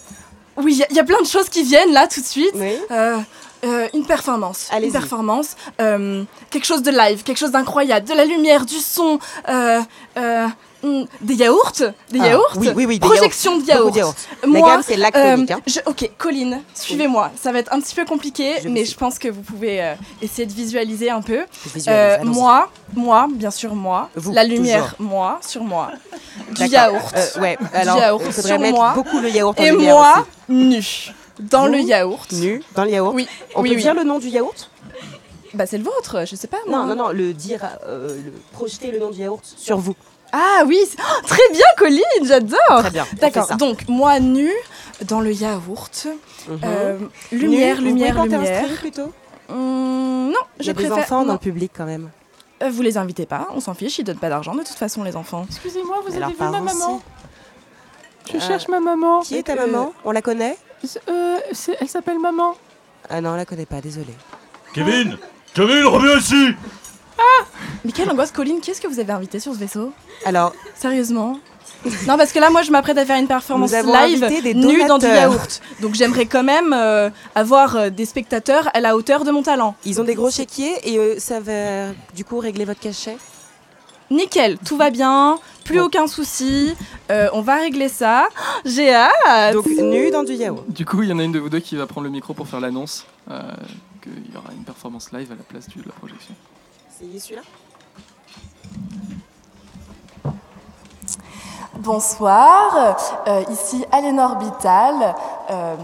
S8: Oui, il y, a plein de choses qui viennent là tout de suite.
S6: Oui.
S8: Euh, euh, une performance, une
S6: Allez-y.
S8: performance, euh, quelque chose de live, quelque chose d'incroyable, de la lumière, du son, euh, euh, mm, des yaourts, des
S6: Ah,
S8: yaourts,
S6: oui, oui, oui, des
S8: projection de
S6: Beaucoup
S8: yaourts.
S6: de yaourts. La
S8: Moi,
S6: gamme, c'est lac
S8: euh,
S6: tonique, hein.
S8: je- ok, Colline, suivez-moi. Ça va être un petit peu compliqué,
S6: Je vous
S8: mais
S6: suis.
S8: je pense que vous pouvez euh, essayer de visualiser un peu.
S6: Je
S8: Euh,
S6: visualise, allons-y.
S8: moi, moi, bien sûr moi.
S6: Vous,
S8: la lumière, moi, sur moi. Du
S6: D'accord.
S8: yaourt.
S6: Euh, ouais, alors,
S8: yaourt
S6: il faudrait
S8: sur
S6: mettre
S8: moi.
S6: beaucoup le yaourt en
S8: Et
S6: lumière
S8: moi, nu. Dans
S6: Vous,
S8: le yaourt.
S6: aussi. Nu, dans le yaourt.
S8: Oui,
S6: On
S8: oui,
S6: peut
S8: oui.
S6: dire le nom du yaourt
S8: Bah c'est le vôtre, je sais pas moi.
S6: Non, non, non, le dire, euh, le- projeter le nom du yaourt sur vous.
S8: Ah oui, c'est- oh, très bien Colline, j'adore.
S6: Très bien. on fait
S8: Oh, D'accord,
S6: ça.
S8: donc moi nu dans le yaourt.
S6: Mhm.
S8: Euh, lumière,
S6: Nu, vous
S8: lumière,
S6: pouvez planter un
S8: lumière.
S6: string plutôt
S8: Hum, non,
S6: Il y
S8: je
S6: a des
S8: préfère.
S6: enfants dans
S8: non.
S6: le public quand même.
S8: Euh, vous les invitez pas, on s'en fiche, ils donnent pas d'argent de toute façon les enfants.
S1: Excusez-moi, vous
S6: Mais leurs
S1: avez vu ma
S6: parents,
S1: maman Je
S6: Euh,
S1: cherche ma maman.
S6: Qui est ta
S1: Euh,
S6: maman On la connaît
S1: euh, c'est- Elle s'appelle maman.
S6: Ah non, on la connaît pas, désolée.
S7: Kevin Kevin, reviens ici
S8: Mais quelle angoisse Colline, qui est-ce que vous avez invité sur ce vaisseau
S6: Alors,
S8: Sérieusement Non parce que là moi je m'apprête à faire une performance
S6: Nous avons
S8: live
S6: invité des
S8: nue dans du
S6: donateurs.
S8: yaourt. Donc j'aimerais quand même euh, avoir euh, des spectateurs à la hauteur de mon talent.
S6: ils ont des gros chéquiers et euh, ça va du coup régler votre cachet
S8: Nickel, tout va bien, plus aucun souci, euh, on va régler ça. <gasps> J'ai hâte
S6: Donc, nu dans du yaourt.
S1: Du coup, il y en a une de vous deux qui va prendre le micro pour faire l'annonce euh, qu'il y aura une performance live à la place du- de la projection.
S6: C'est celui-là
S8: Bonsoir, euh, ici Hélène Orbital, euh,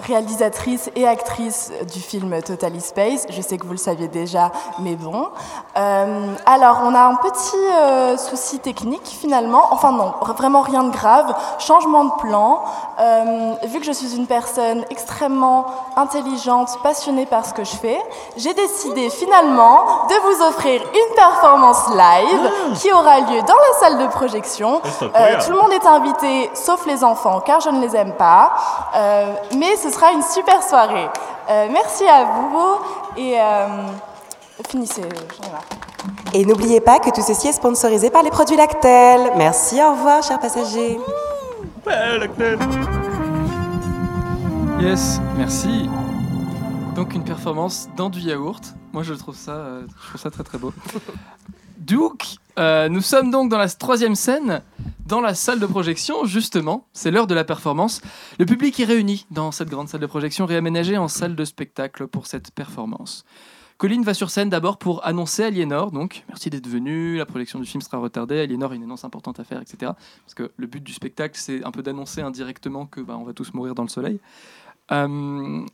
S8: réalisatrice et actrice du film Totally Space. Je sais que vous le saviez déjà, mais bon. Euh, alors, on a un petit euh, souci technique finalement. Enfin, non, r- vraiment rien de grave. Changement de plan. Euh, vu que je suis une personne extrêmement intelligente, passionnée par ce que je fais, j'ai décidé finalement de vous offrir une performance live qui aura lieu dans la salle de projection.
S7: C'est
S8: Euh,
S7: incroyable.
S8: tout le monde est invité, sauf les enfants, car je ne les aime pas. Euh, mais ce sera une super soirée. Euh, merci à vous et euh, finissez. j'en ai marre.
S6: Et n'oubliez pas que tout ceci est sponsorisé par les produits Lactel. Merci, au revoir, chers passagers.
S7: Ouais, l'acteur.
S1: Yes, merci. Donc une performance dans du yaourt. Moi, je trouve ça, euh, je trouve ça très très beau. Donc, euh, nous sommes donc dans la troisième scène, dans la salle de projection, justement. C'est l'heure de la performance. Le public est réuni dans cette grande salle de projection, réaménagée en salle de spectacle pour cette performance. Colline va sur scène d'abord pour annoncer Aliénor, donc merci d'être venu, la projection du film sera retardée, Aliénor, une annonce importante à faire, etc. Parce que le but du spectacle, c'est un peu d'annoncer indirectement que bah, on va tous mourir dans le soleil. Euh,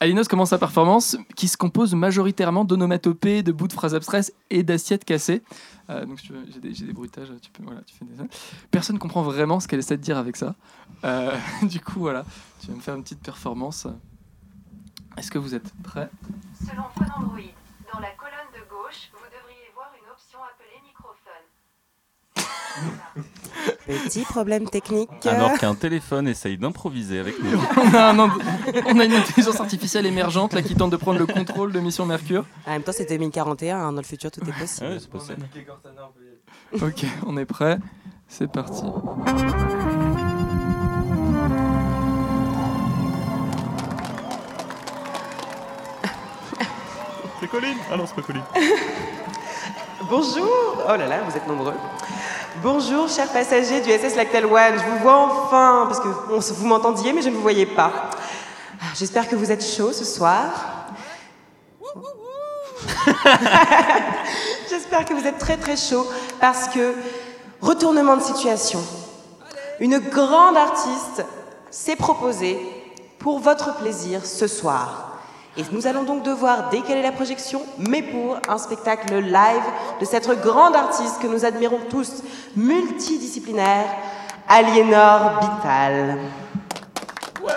S1: Alinos commence sa performance qui se compose majoritairement d'onomatopées, de bouts de phrases abstraites et d'assiettes cassées. Euh, donc si tu veux, j'ai des, j'ai des bruitages, tu peux, voilà, tu fais des... Personne comprend vraiment ce qu'elle essaie de dire avec ça. Euh, <laughs> du coup, voilà, tu vas me faire une petite performance. Est-ce que vous êtes prêts <laughs>
S9: Selon Phone Android, dans la colonne de gauche, vous devriez voir une option appelée microphone.
S10: Petit problème technique.
S2: Alors qu'un téléphone essaye d'improviser avec nous.
S1: on a, un ind- on a une intelligence artificielle émergente là, qui tente de prendre le contrôle de Mission Mercure.
S6: Ah,
S10: En même temps, c'est 2041, hein, dans le futur, tout est possible.
S2: Ouais, c'est possible.
S1: Ok, on est prêt. C'est parti.
S7: C'est Colline Ah non, c'est pas Colline.
S6: Bonjour Oh là là, vous êtes nombreux. Bonjour, chers passagers du SS Lactel One. Je vous vois enfin, parce que on se- vous m'entendiez, mais je ne vous voyais pas. Ah, J'espère que vous êtes chauds ce soir. <laughs> J'espère que vous êtes très très chauds, parce que, retournement de situation, une grande artiste s'est proposée pour votre plaisir ce soir. Et nous allons donc devoir décaler la projection, mais pour un spectacle live de cette grande artiste que nous admirons tous, multidisciplinaire, Aliénor Bital.
S7: Ouais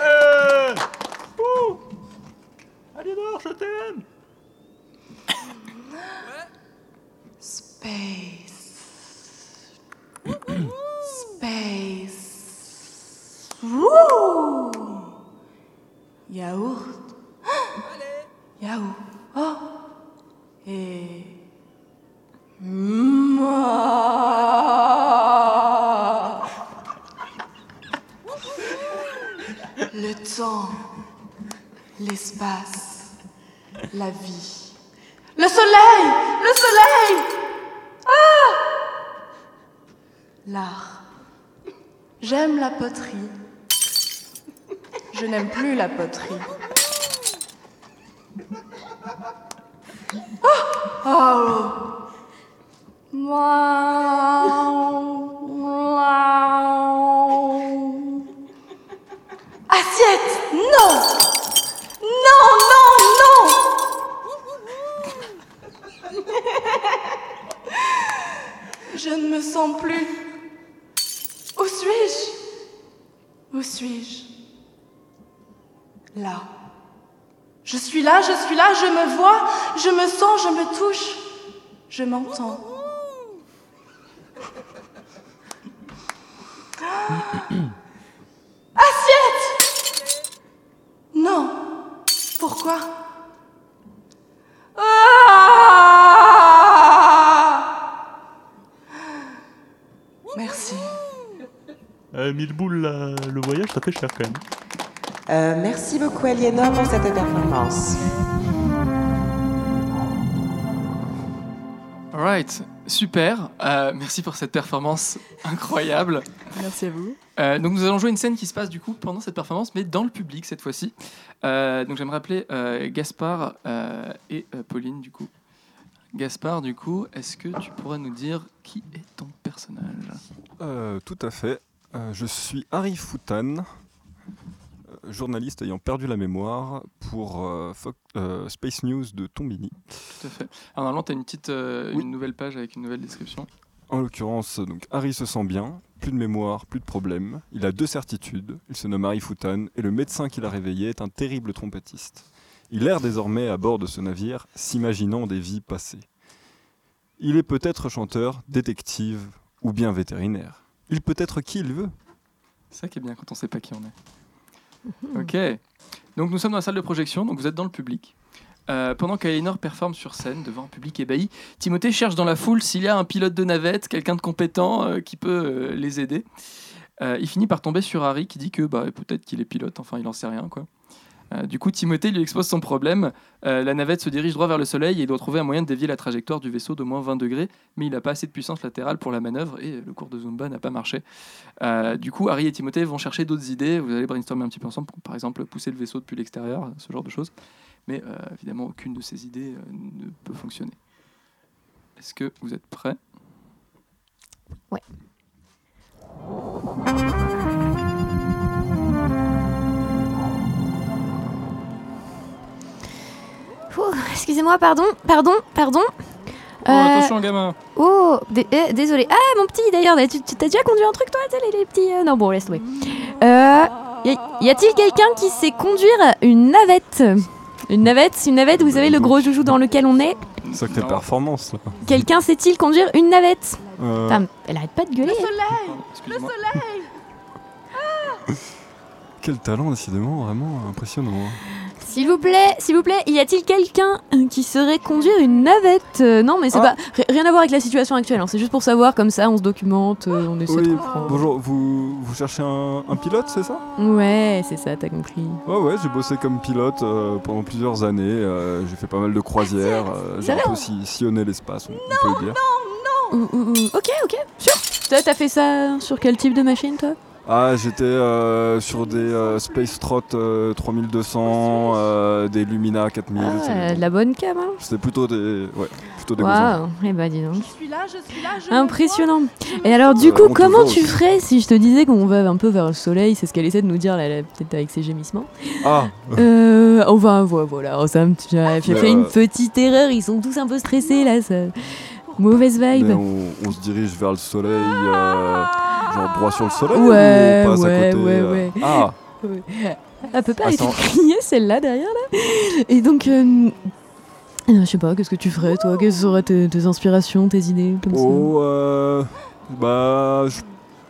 S7: Ouh Aliénor, je t'aime
S8: Space. Space. Wouh Yaourt. <gasps> Yaourt. Oh. Et. <laughs> Moi. Le temps. L'espace. La vie. Le soleil Le soleil Ah! L'art. J'aime la poterie. Je n'aime plus la poterie. Oh Oh Mouaou, mouaou. Assiette Non Non, non, non Je ne me sens plus. Où suis-je Où suis-je Là. Je suis là, je suis là, je me vois, je me sens, je me touche, je m'entends. Ah! Assiette Non. Pourquoi Ah Merci.
S7: Euh, 1000 boules, là, le voyage, ça fait cher quand même.
S6: Euh, merci beaucoup Aliénor pour cette performance.
S1: Alright, super. Euh, merci pour cette performance incroyable.
S11: Merci à vous.
S1: Euh, donc nous allons jouer une scène qui se passe du coup pendant cette performance, mais dans le public cette fois-ci. Euh, donc j'aimerais appeler euh, Gaspard euh, et euh, Pauline du coup. Gaspard, du coup, est-ce que tu pourrais nous dire qui est ton personnage
S12: Euh, tout à fait. Euh, je suis Harry Foutan, euh, journaliste ayant perdu la mémoire pour euh, Fo- euh, Space News de Tombini.
S1: Tout à fait. Alors normalement, tu as une, petite, euh, une nouvelle page avec une nouvelle description.
S12: En l'occurrence, donc Harry se sent bien, plus de mémoire, plus de problème. Il a deux certitudes. Il se nomme Harry Foutan et le médecin qui l'a réveillé est un terrible trompettiste. Il erre désormais à bord de ce navire, s'imaginant des vies passées. Il est peut-être chanteur, détective ou bien vétérinaire. Il peut être qui il veut.
S1: C'est ça qui est bien quand on sait pas qui on est. Ok. Donc nous sommes dans la salle de projection, donc vous êtes dans le public. Euh, pendant qu'Elinor performe sur scène devant un public ébahi, Timothée cherche dans la foule s'il y a un pilote de navette, quelqu'un de compétent euh, qui peut euh, les aider. Euh, il finit par tomber sur Harry qui dit que bah, peut-être qu'il est pilote, enfin il en sait rien quoi. Euh, du coup, Timothée lui expose son problème. Euh, la navette se dirige droit vers le soleil et il doit trouver un moyen de dévier la trajectoire du vaisseau d'au moins 20 degrés, mais il n'a pas assez de puissance latérale pour la manœuvre et le cours de Zumba n'a pas marché. Euh, du coup, Harry et Timothée vont chercher d'autres idées. Vous allez brainstormer un petit peu ensemble pour, par exemple, pousser le vaisseau depuis l'extérieur, ce genre de choses. Mais euh, évidemment, aucune de ces idées euh, ne peut fonctionner. Est-ce que vous êtes prêts
S4: Ouais. Ouh, Excusez-moi, pardon, pardon, pardon.
S1: Oh,
S4: Euh,
S1: attention, gamin
S4: Oh, dé- eh, désolé. Ah, mon petit, d'ailleurs, tu tu- t'as déjà conduit un truc, toi, tu sais, les, les petits. euh, Non, bon, laisse tomber. Euh, y, y a-t-il quelqu'un qui sait conduire une navette Une navette, une navette, vous savez, le gros joujou dans lequel on est.
S12: C'est que tes performances là.
S4: Quelqu'un sait-il conduire une navette
S12: Euh,
S4: Putain, Elle arrête pas de gueuler.
S12: excuse-moi. Quel talent décidément, vraiment impressionnant. hein.
S4: S'il vous plaît, s'il vous plaît, y a-t-il quelqu'un euh, qui saurait conduire une navette Euh, Non, mais c'est pas ri- rien à voir avec la situation actuelle. hein, C'est juste pour savoir comme ça, on se documente, euh, on essaie de
S12: Oui,
S4: comprendre.
S12: bonjour, vous, vous cherchez un, un pilote, c'est ça
S4: Ouais, c'est ça, t'as compris.
S12: Ouais, ouais, j'ai bossé comme pilote euh, pendant plusieurs années, euh, j'ai fait pas mal de croisières, euh, j'ai
S4: Ça
S12: un
S4: va,
S12: peu
S4: on-
S12: si- sillonné l'espace, on, on peut le dire.
S4: Ouh, ouh, ouh. Ok, ok, sûr. Toi, t'as fait ça sur quel type de machine, toi
S12: Ah, j'étais euh, sur des euh, Space Trot euh, 3200, euh, des Lumina 4000.
S4: Ah,
S12: c'est-
S4: euh, de la bonne cam, hein
S12: C'était plutôt des, ouais, plutôt des besoins.
S4: Waouh, eh bah dis donc.
S13: Je suis là, je suis là,
S4: Ah,
S13: je
S4: Impressionnant. Et alors, du
S12: Euh, on
S4: coup,
S12: te
S4: comment
S12: voit
S4: tu
S12: aussi.
S4: ferais si je te disais qu'on va un peu vers le soleil C'est ce qu'elle essaie de nous dire, là, là, peut-être avec ses gémissements.
S12: Ah.
S4: Euh, on va, vo- voilà, oh, ça me tue. J'ai
S12: Mais,
S4: fait une
S12: euh,
S4: petite erreur, ils sont tous un peu stressés, là. ça- Mauvaise vibe.
S12: Mais on, on se dirige vers le soleil, euh, genre droit sur le soleil
S4: Ouais,
S12: ou on passe
S4: ouais,
S12: à côté
S4: ouais,
S12: euh,
S4: ouais.
S12: Ah,
S4: Ouais. Elle peut pas
S12: Ah,
S4: arrêter
S12: ça-
S4: de crier, celle-là, derrière, là. Et donc, euh, euh, je sais pas, qu'est-ce que tu ferais, toi Quelles seraient tes, tes inspirations, tes idées comme ça
S12: Oh, euh, bah, je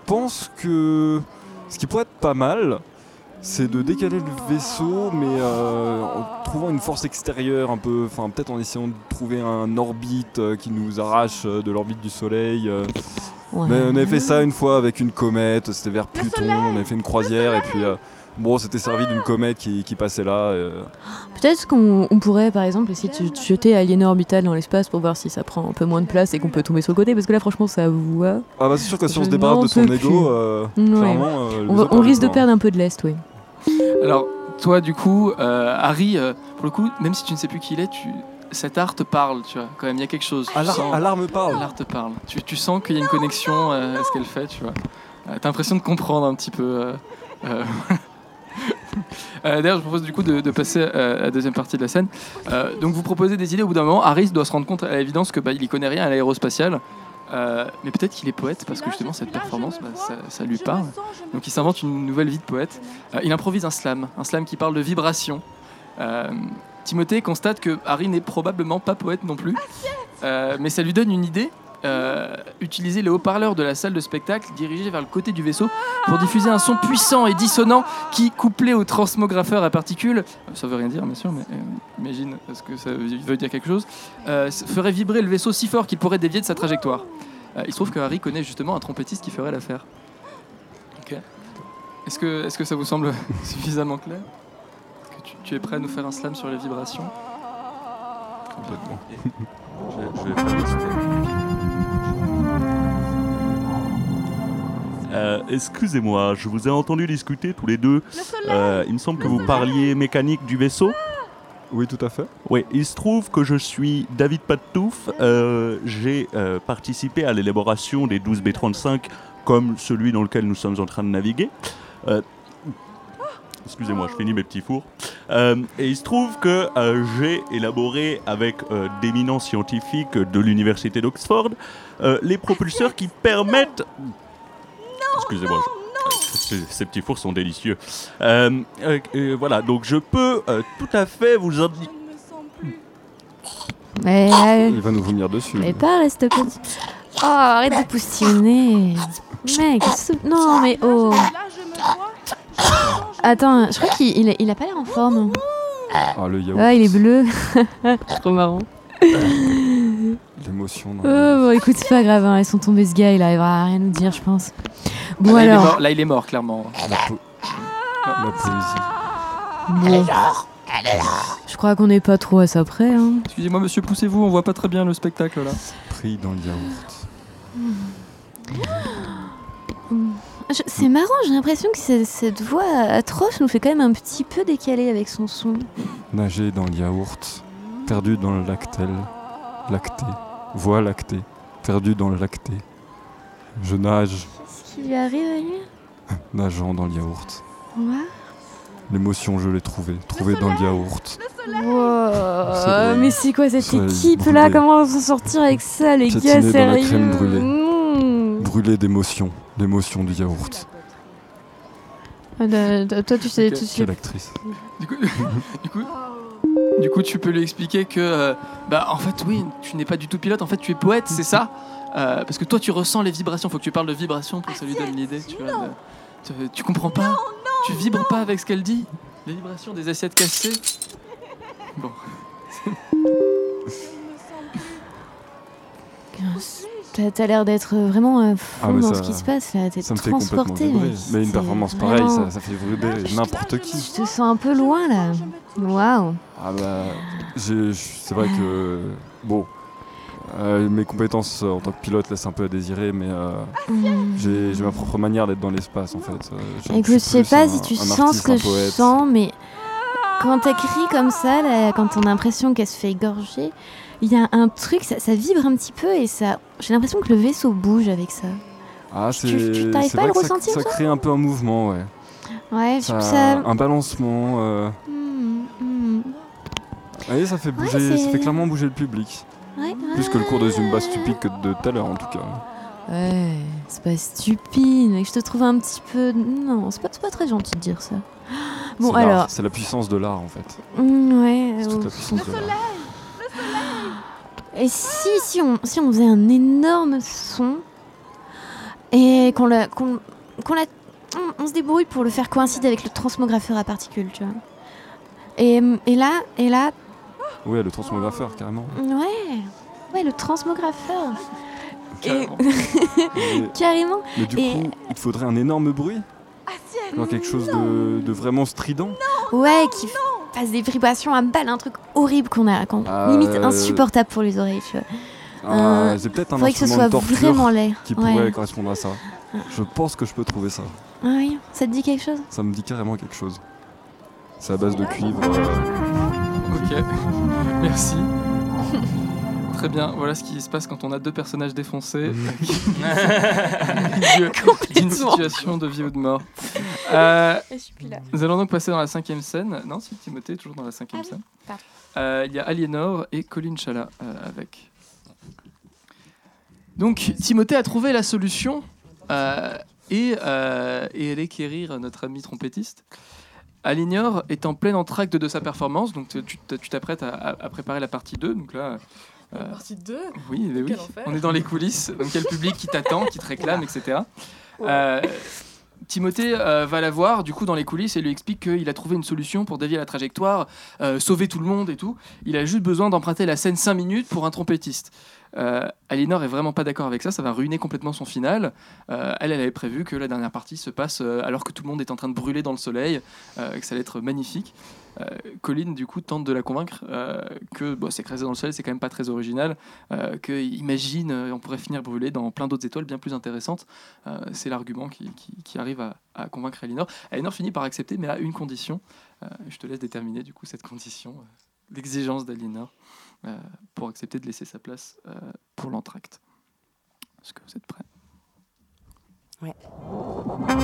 S12: pense que ce qui pourrait être pas mal, c'est de décaler le vaisseau, mais euh, en trouvant une force extérieure un peu, enfin peut-être en essayant de trouver un orbite euh, qui nous arrache euh, de l'orbite du Soleil. euh.
S4: Ouais.
S12: Mais on avait fait ça une fois avec une comète, c'était vers Pluton, on avait fait une croisière et puis. euh, Bon, c'était servi d'une comète qui, qui passait là. euh.
S4: Peut-être qu'on on pourrait, par exemple, essayer de se- jeter Aliénor Orbital dans l'espace pour voir si ça prend un peu moins de place et qu'on peut tomber sur le côté, parce que là, franchement, ça voit.
S12: Ah bah c'est sûr que si on
S4: Je
S12: se débarrasse de
S4: n'en
S12: son
S4: peux
S12: ego, euh,
S4: Ouais.
S12: clairement, euh, le
S4: on, va-
S12: vaisseau
S4: on
S12: perd du
S4: risque de
S12: temps.
S4: perdre un peu de l'est, oui.
S1: Alors, toi, du coup, euh, Harry, euh, pour le coup, même si tu ne sais plus qui il est, tu... cet art te parle, tu vois, quand même, il y a quelque chose. tu
S12: Alar-
S1: sens-
S12: Alarme parle.
S1: L'art te parle. Tu, tu sens qu'il y a une connexion euh, à ce qu'elle fait, tu vois. Euh, T'as l'impression de comprendre un petit peu. euh, euh, <laughs> Euh, D'ailleurs, je propose du coup de, de passer euh, à la deuxième partie de la scène. Euh, donc, vous proposez des idées. Au bout d'un moment, Harris doit se rendre compte à l'évidence que bah, il y connaît rien à l'aérospatial. Euh, mais peut-être qu'il est poète parce que justement cette performance, bah, ça, ça lui parle. Donc, il s'invente une nouvelle vie de poète. Euh, il improvise un slam, un slam qui parle de vibration. Euh, Timothée constate que Harry n'est probablement pas poète non plus, Euh, mais ça lui donne une idée. Euh, utiliser les haut-parleurs de la salle de spectacle dirigés vers le côté du vaisseau pour diffuser un son puissant et dissonant qui, couplé au transmographeur à particules, euh, ça veut rien dire bien sûr, mais euh, imagine ce que ça veut dire quelque chose, euh, s- ferait vibrer le vaisseau si fort qu'il pourrait dévier de sa trajectoire. Euh, il se trouve que Harry connaît justement un trompettiste qui ferait l'affaire. Ok. Est-ce que, est-ce que ça vous semble <laughs> suffisamment clair Est-ce que tu, tu es prêt à nous faire un slam sur les vibrations
S12: Complètement.
S2: Je, je vais faire le
S7: Euh, Excusez-moi, je vous ai entendu discuter tous les deux. Euh, il me semble que vous parliez mécanique du vaisseau.
S12: Oui, tout à fait.
S7: Oui, il se trouve que je suis David Pattouf. Euh, J'ai euh, participé à l'élaboration des 12 B35 comme celui dans lequel nous sommes en train de naviguer. Euh, Excusez-moi, je finis mes petits fours. Euh, et il se trouve que euh, j'ai élaboré avec euh, d'éminents scientifiques de l'université d'Oxford euh, les propulseurs qui permettent... Excusez-moi, je- ces, ces petits fours sont délicieux. Euh, euh, euh, voilà, donc je peux euh, tout à fait vous indiquer...
S4: Mais, euh,
S12: Il va nous vomir dessus.
S4: mais pas reste petit. Oh, arrête de postillonner. Mec, sou- non, mais oh. <coughs> Attends, je crois qu'il il, il a pas l'air en forme.
S12: Ah, le yaourt.
S4: Ah, il est bleu. Trop marrant.
S12: L'émotion. dans-
S4: Oh, bon, écoute, c'est pas grave, hein, ils sont tombés ce gars, il arrivera à rien nous dire, je pense. Bon
S1: là, il est
S4: alors.
S1: mort, là, il est mort, clairement.
S12: La poésie.
S4: Je crois qu'on n'est pas trop à ça près. Hein.
S1: Excusez-moi, monsieur, poussez-vous, on voit pas très bien le spectacle là.
S12: Pris dans le yaourt.
S4: Je- C'est marrant, j'ai l'impression que c'est- cette voix atroce nous fait quand même un petit peu décaler avec son son.
S12: Nager dans le yaourt. Perdu dans le lactel. Lacté. Voix lactée. Perdu dans le lacté. Je nage,
S4: Qu'est-ce qui lui arrive à lui
S12: nageant dans le yaourt.
S4: Moi
S12: L'émotion, je l'ai trouvée. Trouvée dans le yaourt.
S4: Wow, mais c'est quoi cette
S12: Soleil
S4: équipe là
S12: brûlé.
S4: Comment on va s'en sortir avec ça, les
S12: Piétiner
S4: gars
S12: dans la
S4: Sérieux
S12: crème brûlée.
S4: Mmh.
S12: Brûlé d'émotion. L'émotion du yaourt.
S4: Ah, là, là, Toi, tu sais,
S1: Ok.
S4: tu sais.
S12: Quelle actrice.
S1: Du coup, <laughs> du coup, du coup, tu peux lui expliquer que, euh, bah, en fait, oui, tu n'es pas du tout pilote. En fait, tu es poète, c'est ça. Euh, parce que toi, tu ressens les vibrations. Faut que tu parles de vibrations pour que ça lui donne l'idée. Tu, vois, de- tu- tu comprends pas. tu vibres pas avec ce qu'elle dit. Les vibrations des assiettes cassées. Bon,
S4: T'as- T'as l'air d'être vraiment euh,
S12: Ah,
S4: fou
S12: mais
S4: dans ce
S12: ça-
S4: qui se passe là, t'es
S12: Ça me fait complètement
S4: transporté.
S12: vibrer.
S4: mec.
S12: Mais une
S4: C'est
S12: performance pareille,
S4: vraiment- Ah,
S12: ça, ça fait vibrer n'importe qui.
S4: Je te sens un peu loin là. Waouh.
S12: Ah bah, j'ai- je- c'est vrai que bon, euh, mes compétences en tant que pilote laissent un peu à désirer, mais euh,
S4: Mmh.
S12: j'ai j'ai ma propre manière d'être dans l'espace en fait. Euh, je-
S4: Écoute,
S12: je
S4: je
S12: suis
S4: sais
S12: plus
S4: pas
S12: un-
S4: si tu
S12: un
S4: sens
S12: artiste,
S4: ce que
S12: un
S4: je
S12: poète.
S4: sens, mais quand elle crie comme ça, là, quand on a l'impression qu'elle se fait égorger, il y a un truc, ça, ça vibre un petit peu et ça. J'ai l'impression que le vaisseau bouge avec ça.
S12: Ah,
S4: Tu-
S12: c'est
S4: tu- tu t'arrives
S12: c'est
S4: pas à
S12: vrai
S4: le
S12: que ça-
S4: ressentir,
S12: ça,
S4: toi
S12: crée un peu un mouvement, ouais.
S4: Ouais, je
S12: Ça-
S4: trouve ça.
S12: Un balancement. euh,
S4: Hmm, hmm.
S12: vous voyez, ça fait bouger, ça
S4: c'est-
S12: fait clairement bouger le public.
S4: Ouais,
S12: Plus que le cours de Zumba stupide que de tout à l'heure en tout cas.
S4: Ouais, c'est pas stupide, mais je te trouve un petit peu. Non, c'est pas, c'est pas très gentil de dire ça. Bon,
S12: C'est l'art,
S4: alors.
S12: C'est la puissance de l'art en fait.
S4: mm, ouais.
S12: C'est
S4: euh,
S12: toute la puissance de l'art.
S4: Et si, si, on, si on faisait un énorme son et qu'on la. qu'on qu'on la on, on se débrouille pour le faire coïncider avec le transmographeur à particules, tu vois. Et, et là, et là,
S12: Ouais, le transmographeur
S4: <laughs>
S12: carrément.
S4: ouais, ouais, le transmographeur,
S1: carrément.
S12: Mais-
S4: <laughs> carrément.
S12: Mais du
S4: Et-
S12: coup, il te faudrait un énorme bruit Genre quelque chose de, de vraiment strident
S4: Ouais, qui passe des vibrations à balle, un truc horrible qu'on a, qu'on
S12: Ah,
S4: limite
S12: euh,
S4: insupportable pour les oreilles, tu vois.
S12: Ah,
S4: Euh,
S12: C'est peut-être un
S4: faudrait que ce
S12: instrument
S4: soit
S12: de torture
S4: vraiment laid.
S12: qui
S4: Ouais.
S12: pourrait correspondre à ça. Je pense que je peux trouver ça.
S4: Ah oui, ça te dit quelque chose
S12: Ça me dit carrément quelque chose. C'est à base de cuivre. euh,
S1: ok. <laughs> Merci. Très bien. Voilà ce qui se passe quand on a deux personnages défoncés euh, <laughs> qui- Dieu, d'une situation de vie ou de mort. Euh,
S13: Et je suis là.
S1: Nous allons donc passer dans la cinquième scène. Non, c'est Timothée, toujours dans la cinquième
S13: Ah oui,
S1: scène.
S13: pardon.
S1: Euh, il y a Aliénor et Colin Chala avec. Donc, Timothée a trouvé la solution euh, et, euh, et elle équérir notre ami trompettiste. Aliénor est en plein entracte de sa performance, donc tu- tu tu t'apprêtes à, à- à préparer la partie 2. Donc là, euh,
S8: Partie 2
S1: oui, mais oui.
S8: Quel enfer.
S1: on est dans les coulisses, donc il y a le public qui t'attend, qui te réclame, etc. Euh, Timothée euh, va la voir du coup dans les coulisses et lui explique qu'il a trouvé une solution pour dévier la trajectoire, euh, sauver tout le monde et tout. Il a juste besoin d'emprunter la scène 5 minutes pour un trompettiste. Euh, Elinor est vraiment pas d'accord avec ça, ça va ruiner complètement son final. Euh, elle, elle avait prévu que la dernière partie se passe euh, alors que tout le monde est en train de brûler dans le soleil, euh, et que ça allait être magnifique. Euh, Colin, du coup, tente de la convaincre euh, que bon, s'écraser dans le soleil, c'est quand même pas très original euh, que imagine, euh, on pourrait finir brûlé dans plein d'autres étoiles bien plus intéressantes. Euh, c'est l'argument qui, qui- qui arrive à, à convaincre Elinor. Elinor finit par accepter, mais à une condition. Euh, je te laisse déterminer du coup cette condition, euh, l'exigence d'Elinor euh, pour accepter de laisser sa place euh, pour l'entracte. Est-ce que vous êtes prêts
S5: Ouais.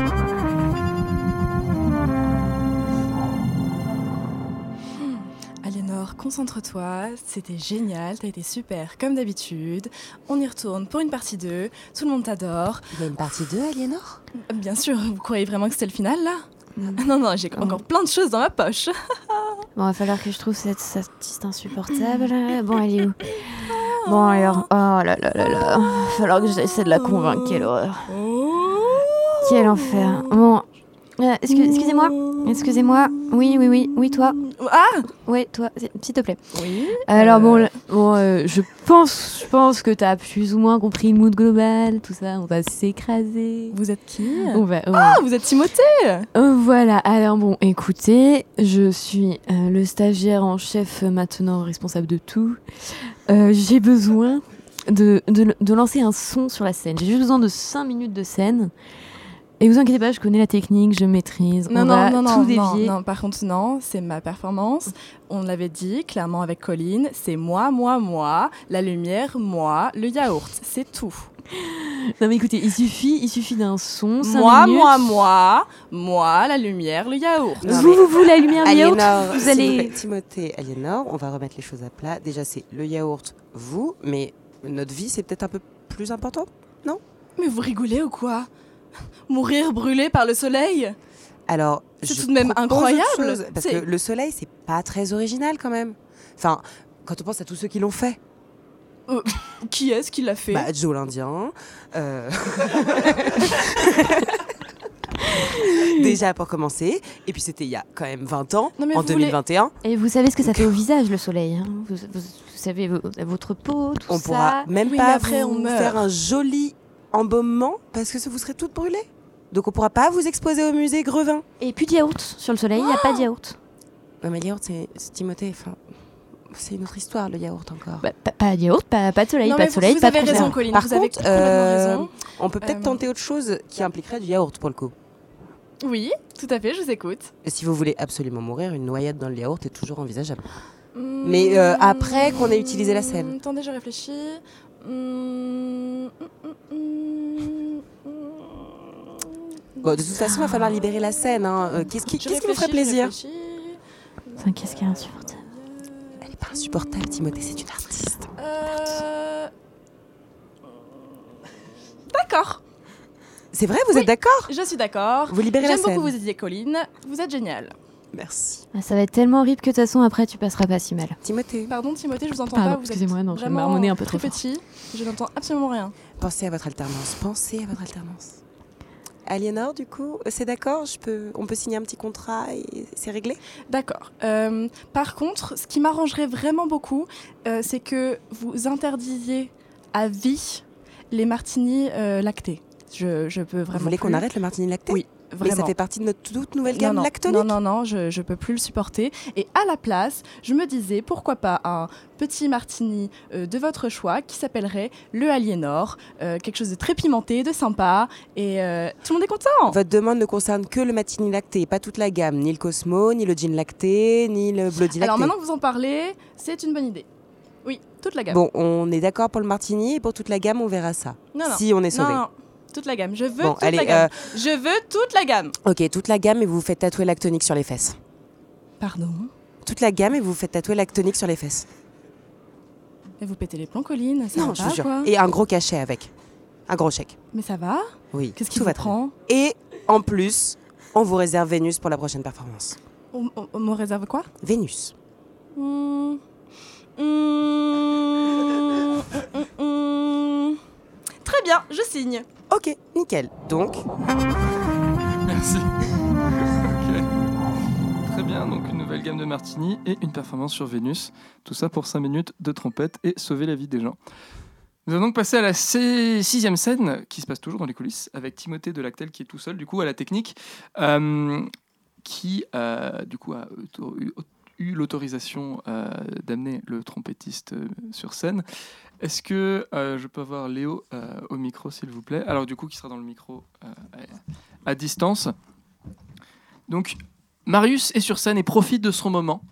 S8: Aliénor, concentre-toi, c'était génial, t'as été super comme d'habitude. On y retourne pour une partie 2, tout le monde t'adore.
S5: Il y a une partie 2, Aliénor
S8: Bien sûr, vous croyez vraiment que c'était le final là
S4: Mm.
S8: Ah Non, non,
S4: Ah
S8: j'ai encore plein de choses dans ma poche.
S4: Bon, va falloir que je trouve cette, cette petite insupportable. là. Bon, elle est où Bon, alors. Oh là là là là. Va falloir que j'essaie de la convaincre. Quelle horreur.
S8: Oh
S4: Quelle enfer. Bon, Euh, excu- excusez-moi, excusez-moi. Oui, oui, oui, oui, toi.
S8: Ah
S4: Oui, toi, s- s'il te plaît.
S8: Oui.
S4: Alors bon, là- bon euh, je pense, je pense que t'as plus ou moins compris le mood global, tout ça. On va s'écraser.
S8: Vous êtes qui
S4: On va. on va-
S8: Ah, vous êtes Timothée
S4: Euh, voilà, alors bon, écoutez, je suis euh, le stagiaire en chef euh, maintenant responsable de tout. Euh, j'ai besoin de, de- de lancer un son sur la scène. J'ai juste besoin de 5 minutes de scène. Et vous inquiétez pas, je connais la technique, je maîtrise.
S8: Non,
S4: on
S8: non,
S4: va
S8: non,
S4: tout
S8: non, non,
S4: dévier.
S8: non, par contre, non, c'est ma performance. On l'avait dit clairement avec Colline, c'est moi, moi, moi, la lumière, moi, le yaourt, c'est tout.
S4: Non, mais écoutez, il suffit, il suffit d'un son. cinq
S8: Moi,
S4: minutes.
S8: moi, moi, moi, la lumière, le yaourt.
S4: Vous, vous, vous, la lumière, le yaourt,
S6: Aliénor,
S4: vous
S6: s'il vous
S4: allez.
S6: plaît, Timothée, Aliénor, on va remettre les choses à plat. Déjà, c'est le yaourt, vous, mais notre vie, c'est peut-être un peu plus important.
S8: Mais vous rigolez ou quoi Mourir brûlé par le soleil
S6: Alors,
S8: C'est
S6: je
S8: tout de même
S6: propose autre
S8: incroyable.
S6: chose, parce
S8: C'est-
S6: que le soleil, c'est pas très original quand même. Enfin, quand on pense à tous ceux qui l'ont fait.
S8: Euh, Qui est-ce qui l'a fait
S6: Bah, Joe l'Indien.
S8: <laughs>
S6: euh, <laughs> Déjà pour commencer. Et puis c'était il y a quand même 20 ans,
S8: Non, mais
S6: en
S8: vous voulez-
S6: 2021.
S4: Et vous savez ce que ça fait au visage, le soleil. hein vous, vous- vous savez, vo- votre peau, tout
S6: On
S4: ça.
S6: pourra même
S8: Oui, mais
S6: pas
S8: après,
S6: vous
S8: on meurt.
S6: faire un joli embaumement parce que vous serez toutes brûlées. Donc on pourra pas vous exposer au musée Grevin.
S4: Et puis de yaourt sur le soleil, il n'y a pas de yaourt.
S6: Non mais le yaourt, c'est c'est Timothée. Enfin, c'est une autre histoire le yaourt encore.
S4: Bah, pas, pas de yaourt, pas, pas de soleil,
S8: Non,
S4: pas
S8: mais
S4: de
S8: vous-
S4: soleil,
S8: vous
S4: pas
S8: avez
S4: de
S8: raison,
S4: concert.
S8: Colline,
S6: Par
S8: vous avez
S6: contre,
S8: complètement
S6: euh,
S8: raison.
S6: on peut peut-être
S8: Euh,
S6: tenter autre chose qui impliquerait du yaourt pour le coup.
S8: Oui, tout à fait, je vous écoute.
S6: Et si vous voulez absolument mourir, une noyade dans le yaourt est toujours envisageable. Mais, euh, après qu'on ait utilisé la scène.
S8: Hmm, Attendez, je réfléchis. Mm, Hmm, hmm, hmm, hmm.
S6: Bon, de toute façon, il va falloir libérer la scène. hein. Euh, Qu'est-ce qui,
S8: Je
S6: qu'est-ce qui vous ferait
S8: réfléchis, je
S6: plaisir
S8: réfléchis.
S4: Enfin, qu'est-ce qui est insupportable
S6: Elle n'est pas insupportable, Timothée, c'est une artiste.
S8: Euh, D'accord,
S6: C'est vrai, vous êtes d'accord
S8: je suis d'accord.
S6: Vous libérez la
S8: J'aime
S6: scène.
S8: beaucoup vous aider, Colline. Vous êtes génial.
S6: Merci.
S4: Ah, Ça va être tellement horrible que de toute façon, après, tu passeras pas si mal.
S6: Timothée,
S8: Pardon, Timothée, je vous entends
S4: Pardon,
S8: pas. Vous êtes
S4: excusez-moi, non, j'ai
S8: vraiment
S4: marmonné un peu trop
S8: très
S4: fort.
S8: petit. Je n'entends absolument rien.
S6: pensez à votre alternance. Pensez à votre alternance. Aliénor, du coup, euh, c'est d'accord je peux... On peut signer un petit contrat et c'est réglé
S8: D'accord. Euh, par contre, ce qui m'arrangerait vraiment beaucoup, euh, c'est que vous interdisiez à vie les martinis euh, lactés. Je, je peux vraiment.
S6: Vous voulez qu'on
S8: plus.
S6: arrête le martini lacté
S8: Oui,
S6: Mais
S8: vraiment.
S6: ça fait partie de notre toute nouvelle
S8: non,
S6: gamme
S8: non,
S6: lactonique
S8: non, non, non, je, je peux plus le supporter. Et à la place, je me disais pourquoi pas un petit martini euh, de votre choix qui s'appellerait le Aliénor, euh, quelque chose de très pimenté, de sympa, et euh, tout le monde est content.
S6: Votre demande ne concerne que le matini lacté, pas toute la gamme, ni le Cosmo, ni le gin lacté, ni le bloody lacté.
S8: Alors maintenant que vous en parlez, c'est une bonne idée. Oui, toute la gamme.
S6: Bon, on est d'accord pour le martini et pour toute la gamme, on verra ça.
S8: non, non.
S6: Si on est
S8: Non,
S6: sauvé.
S8: non, toute la gamme. Je veux
S6: Bon,
S8: toute
S6: allez, euh,
S8: la gamme. Je veux toute la gamme.
S6: Ok, toute la gamme et vous vous faites tatouer lactonique sur les fesses.
S8: Pardon.
S6: Toute la gamme et vous vous faites tatouer lactonique sur les fesses.
S8: Mais vous pétez les plombs, Colline. Ça va
S6: non, je
S8: pas,
S6: vous jure.
S8: quoi.
S6: Et un gros cachet avec. Un gros chèque.
S8: Mais ça va
S6: Oui.
S8: Qu'est-ce qui
S6: Tout
S8: vous
S6: va très bien.
S8: prend
S6: Et en plus, on vous réserve Vénus pour la prochaine performance.
S8: on, on- on me réserve quoi
S6: Vénus.
S8: Hmm. Hmm. Hmm. Hmm. Très bien, je signe.
S6: Ok, nickel. Donc,
S1: Merci. Très bien, donc une nouvelle gamme de martini et une performance sur Vénus. Tout ça pour 5 minutes de trompette et sauver la vie des gens. Nous allons donc passer à la sé- sixième scène qui se passe toujours dans les coulisses avec Timothée Delactel qui est tout seul du coup à la technique euh, qui euh, du coup a auto- eu- eu l'autorisation euh, d'amener le trompettiste euh, sur scène. Est-ce que euh, je peux avoir Léo euh, au micro s'il vous plaît Alors du coup qui sera dans le micro euh, à- à distance. Donc Marius est sur scène et profite de son moment.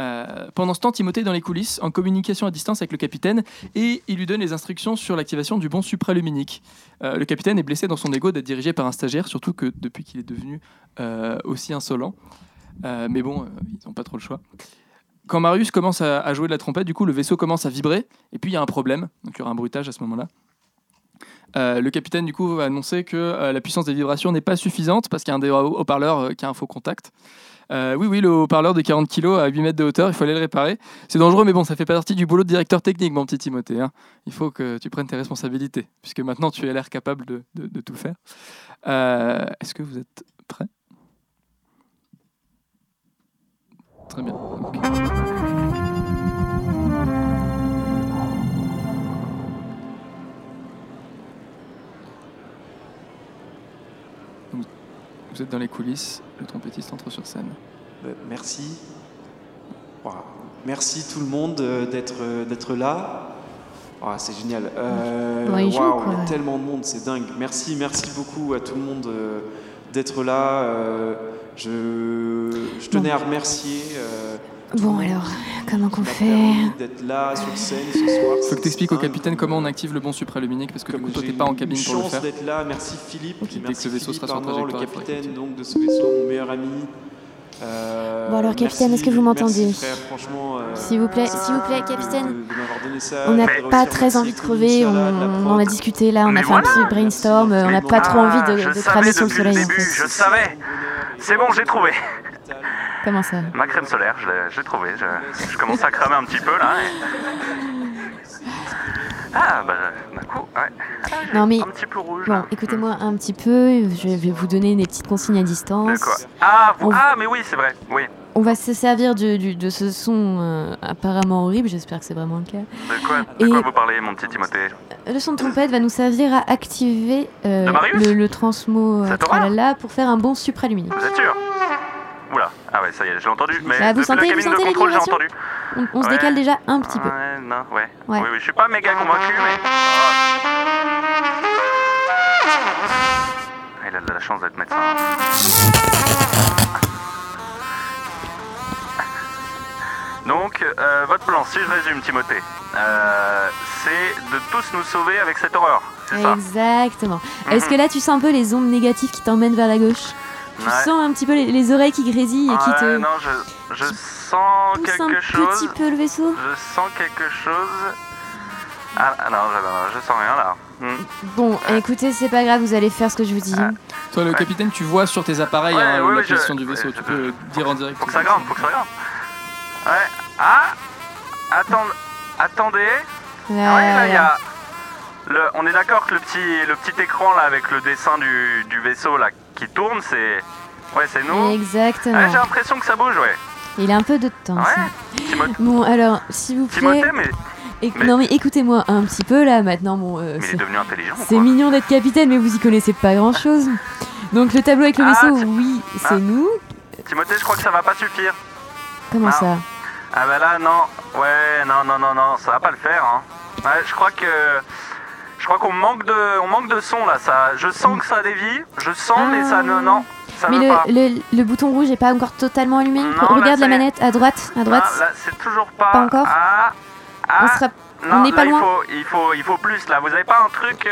S1: Euh, pendant ce temps, Timothée est dans les coulisses, en communication à distance avec le capitaine, et il lui donne les instructions sur l'activation du bon supraluminique. Euh, le capitaine est blessé dans son ego d'être dirigé par un stagiaire, surtout que depuis qu'il est devenu euh, aussi insolent. Euh, mais bon, euh, ils n'ont pas trop le choix. Quand Marius commence à, à jouer de la trompette, du coup, le vaisseau commence à vibrer, et puis il y a un problème, donc il y aura un bruitage à ce moment-là. Euh, le capitaine, du coup, va annoncer que euh, la puissance des vibrations n'est pas suffisante parce qu'il y a un des haut- haut-parleurs euh, qui a un faux contact. Euh, oui, oui, le haut-parleur de 40 kg à 8 mètres de hauteur, il fallait le réparer. C'est dangereux, mais bon, ça fait pas partie du boulot de directeur technique, mon petit Timothée. hein. Il faut que tu prennes tes responsabilités, puisque maintenant tu as l'air capable de, de- de tout faire. Euh, Est-ce que vous êtes prêts Très bien. Donc, Vous êtes dans les coulisses, le trompettiste entre sur scène.
S12: Euh, Merci. Ouah. Merci tout le monde euh, d'être euh, d'être là. Ouah, c'est génial. Euh,
S4: Ouais, il joue,
S12: waouh,
S4: quoi.
S12: il y a tellement de monde, c'est dingue. Merci, merci beaucoup à tout le monde euh, d'être là. Euh, je, je tenais à remercier euh,
S4: Bon, alors, comment qu'on fait
S12: d'être là sur scène ce soir.
S1: Faut que
S2: Hein,
S1: t'expliques au capitaine comment
S2: euh,
S1: on active le bon supraluminique parce que du coup, toi t'es pas en cabine
S12: Une
S1: pour le
S12: chance
S1: faire.
S12: d'être là. Merci Philippe.
S1: dès
S12: merci
S1: que le vaisseau
S12: Philippe
S1: sera sur
S12: Armand, le
S1: trajectoire, il faudra
S12: capitaine donc de ce vaisseau, mon meilleur ami. Euh,
S4: Bon, alors, capitaine,
S12: merci-
S4: est-ce que vous m'entendez
S12: merci, frère, franchement, euh,
S4: S'il vous plaît,
S12: c'est
S4: s'il vous plaît,
S12: de-
S4: capitaine.
S12: de- de m'avoir donné ça.
S4: On n'a
S12: Je voudrais
S4: pas
S12: aussi
S4: très
S12: remercier
S4: envie de
S12: Colin
S4: crever, on,
S12: Chala, de la
S4: on en a discuté là, on a
S12: Mais
S4: fait
S12: voilà. Ah,
S4: un petit brainstorm, euh, on n'a pas trop envie de, de cramer sur le soleil. en fait.
S2: je savais. C'est bon, j'ai trouvé.
S4: Comment ça
S2: Ma crème solaire, je l'ai- j'ai trouvé. Je, je commence à cramer un petit peu là. et- Ah, bah, d'un coup, ouais. Ah, j'ai
S4: Non mais
S2: Un petit peu rouge.
S4: bon,
S2: là.
S4: écoutez-moi un petit peu, je vais vous donner des petites consignes à distance.
S2: De quoi ah, vous-
S4: On-
S2: ah, mais oui, c'est vrai. Oui.
S4: On va se servir du- du- de ce son euh, apparemment horrible, j'espère que c'est vraiment le cas.
S2: De quoi, de
S4: Et-
S2: quoi vous parlez, mon petit Timothée
S4: Le son de trompette va nous servir à activer euh,
S2: De Marius
S4: le, le transmo euh,
S2: Cette horreur
S4: tralala pour faire un bon supraluminique.
S2: Vous êtes sûr Oula, ah ouais, ça y est, j'ai entendu. Mais
S4: Là, bah, vous
S2: depuis
S4: sentez-
S2: la
S4: vous
S2: cabine
S4: sentez
S2: de
S4: les
S2: contrôle, j'ai
S4: vibrations
S2: entendu.
S4: On, on se
S2: Ouais.
S4: décale déjà un petit peu.
S2: Ouais, non, ouais.
S4: Ouais.
S2: Oui, oui, je suis pas méga convaincu, mais. Ah, Il a de la chance d'être médecin. Donc, euh, votre plan, si je résume, Timothée, euh, c'est de tous nous sauver avec cette horreur. C'est ça Mhm.
S4: Exactement. Est-ce que là tu sens un peu les ondes négatives qui t'emmènent vers la gauche Tu
S2: Ouais.
S4: sens un petit peu les, les oreilles qui grésillent et qui
S2: Ouais,
S4: te
S2: Non, je, je sens
S4: poussent un
S2: quelque chose.
S4: petit peu le vaisseau
S2: Je sens quelque chose. Ah ah, non, je, non, je sens rien là. Hmm.
S4: Bon, écoutez, c'est pas grave, vous allez faire ce que je vous dis.
S2: Ah.
S1: Toi, le capitaine, tu vois sur tes appareils
S2: Ouais,
S1: hein,
S2: ouais,
S1: la
S2: ouais, je- euh,
S1: position du vaisseau. Tu peux dire en direct.
S2: Faut que ça grimpe, faut que ça grimpe. Ouais. Ah Attends, Attendez.
S4: Là,
S2: ouais, là,
S4: là,
S2: Ah bah, il y a. Le, on est d'accord que le petit, le petit écran là avec le dessin du, du vaisseau là qui tourne, c'est. Ouais, c'est nous.
S4: Exactement.
S2: Ouais, j'ai l'impression que ça bouge, ouais.
S4: Il a un peu de temps. ça.
S2: Timothée,
S4: Bon, alors, s'il vous plaît.
S2: Timothée, mais.
S4: éc- Non, mais écoutez-moi un petit peu là maintenant. Bon, euh,
S2: Mais il est
S4: c'est-
S2: devenu intelligent.
S4: c'est mignon d'être capitaine, mais vous y connaissez pas grand chose. Donc, le tableau avec le vaisseau, oui, c'est
S2: ah.
S4: nous.
S2: Timothée, je crois que ça va pas suffire.
S4: Comment
S2: Ah.
S4: ça
S2: Ah bah là non, ouais non non non non, ça va pas le faire hein. Ouais, je crois que je crois qu'on manque de on manque de son là, ça je sens que ça dévie, je sens mais ça ne non, ça
S4: Ah.
S2: veut
S4: Mais
S2: pas.
S4: le, le, le bouton rouge est pas encore totalement allumé.
S2: Non,
S4: Regarde
S2: là,
S4: la
S2: c'est-
S4: manette à droite, à droite.
S2: Non, Ah, là c'est toujours pas
S4: Pas encore
S2: Ah,
S4: on
S2: ah,
S4: sera...
S2: non,
S4: on n'est pas
S2: là,
S4: loin.
S2: il faut il faut il faut plus là, vous avez pas un truc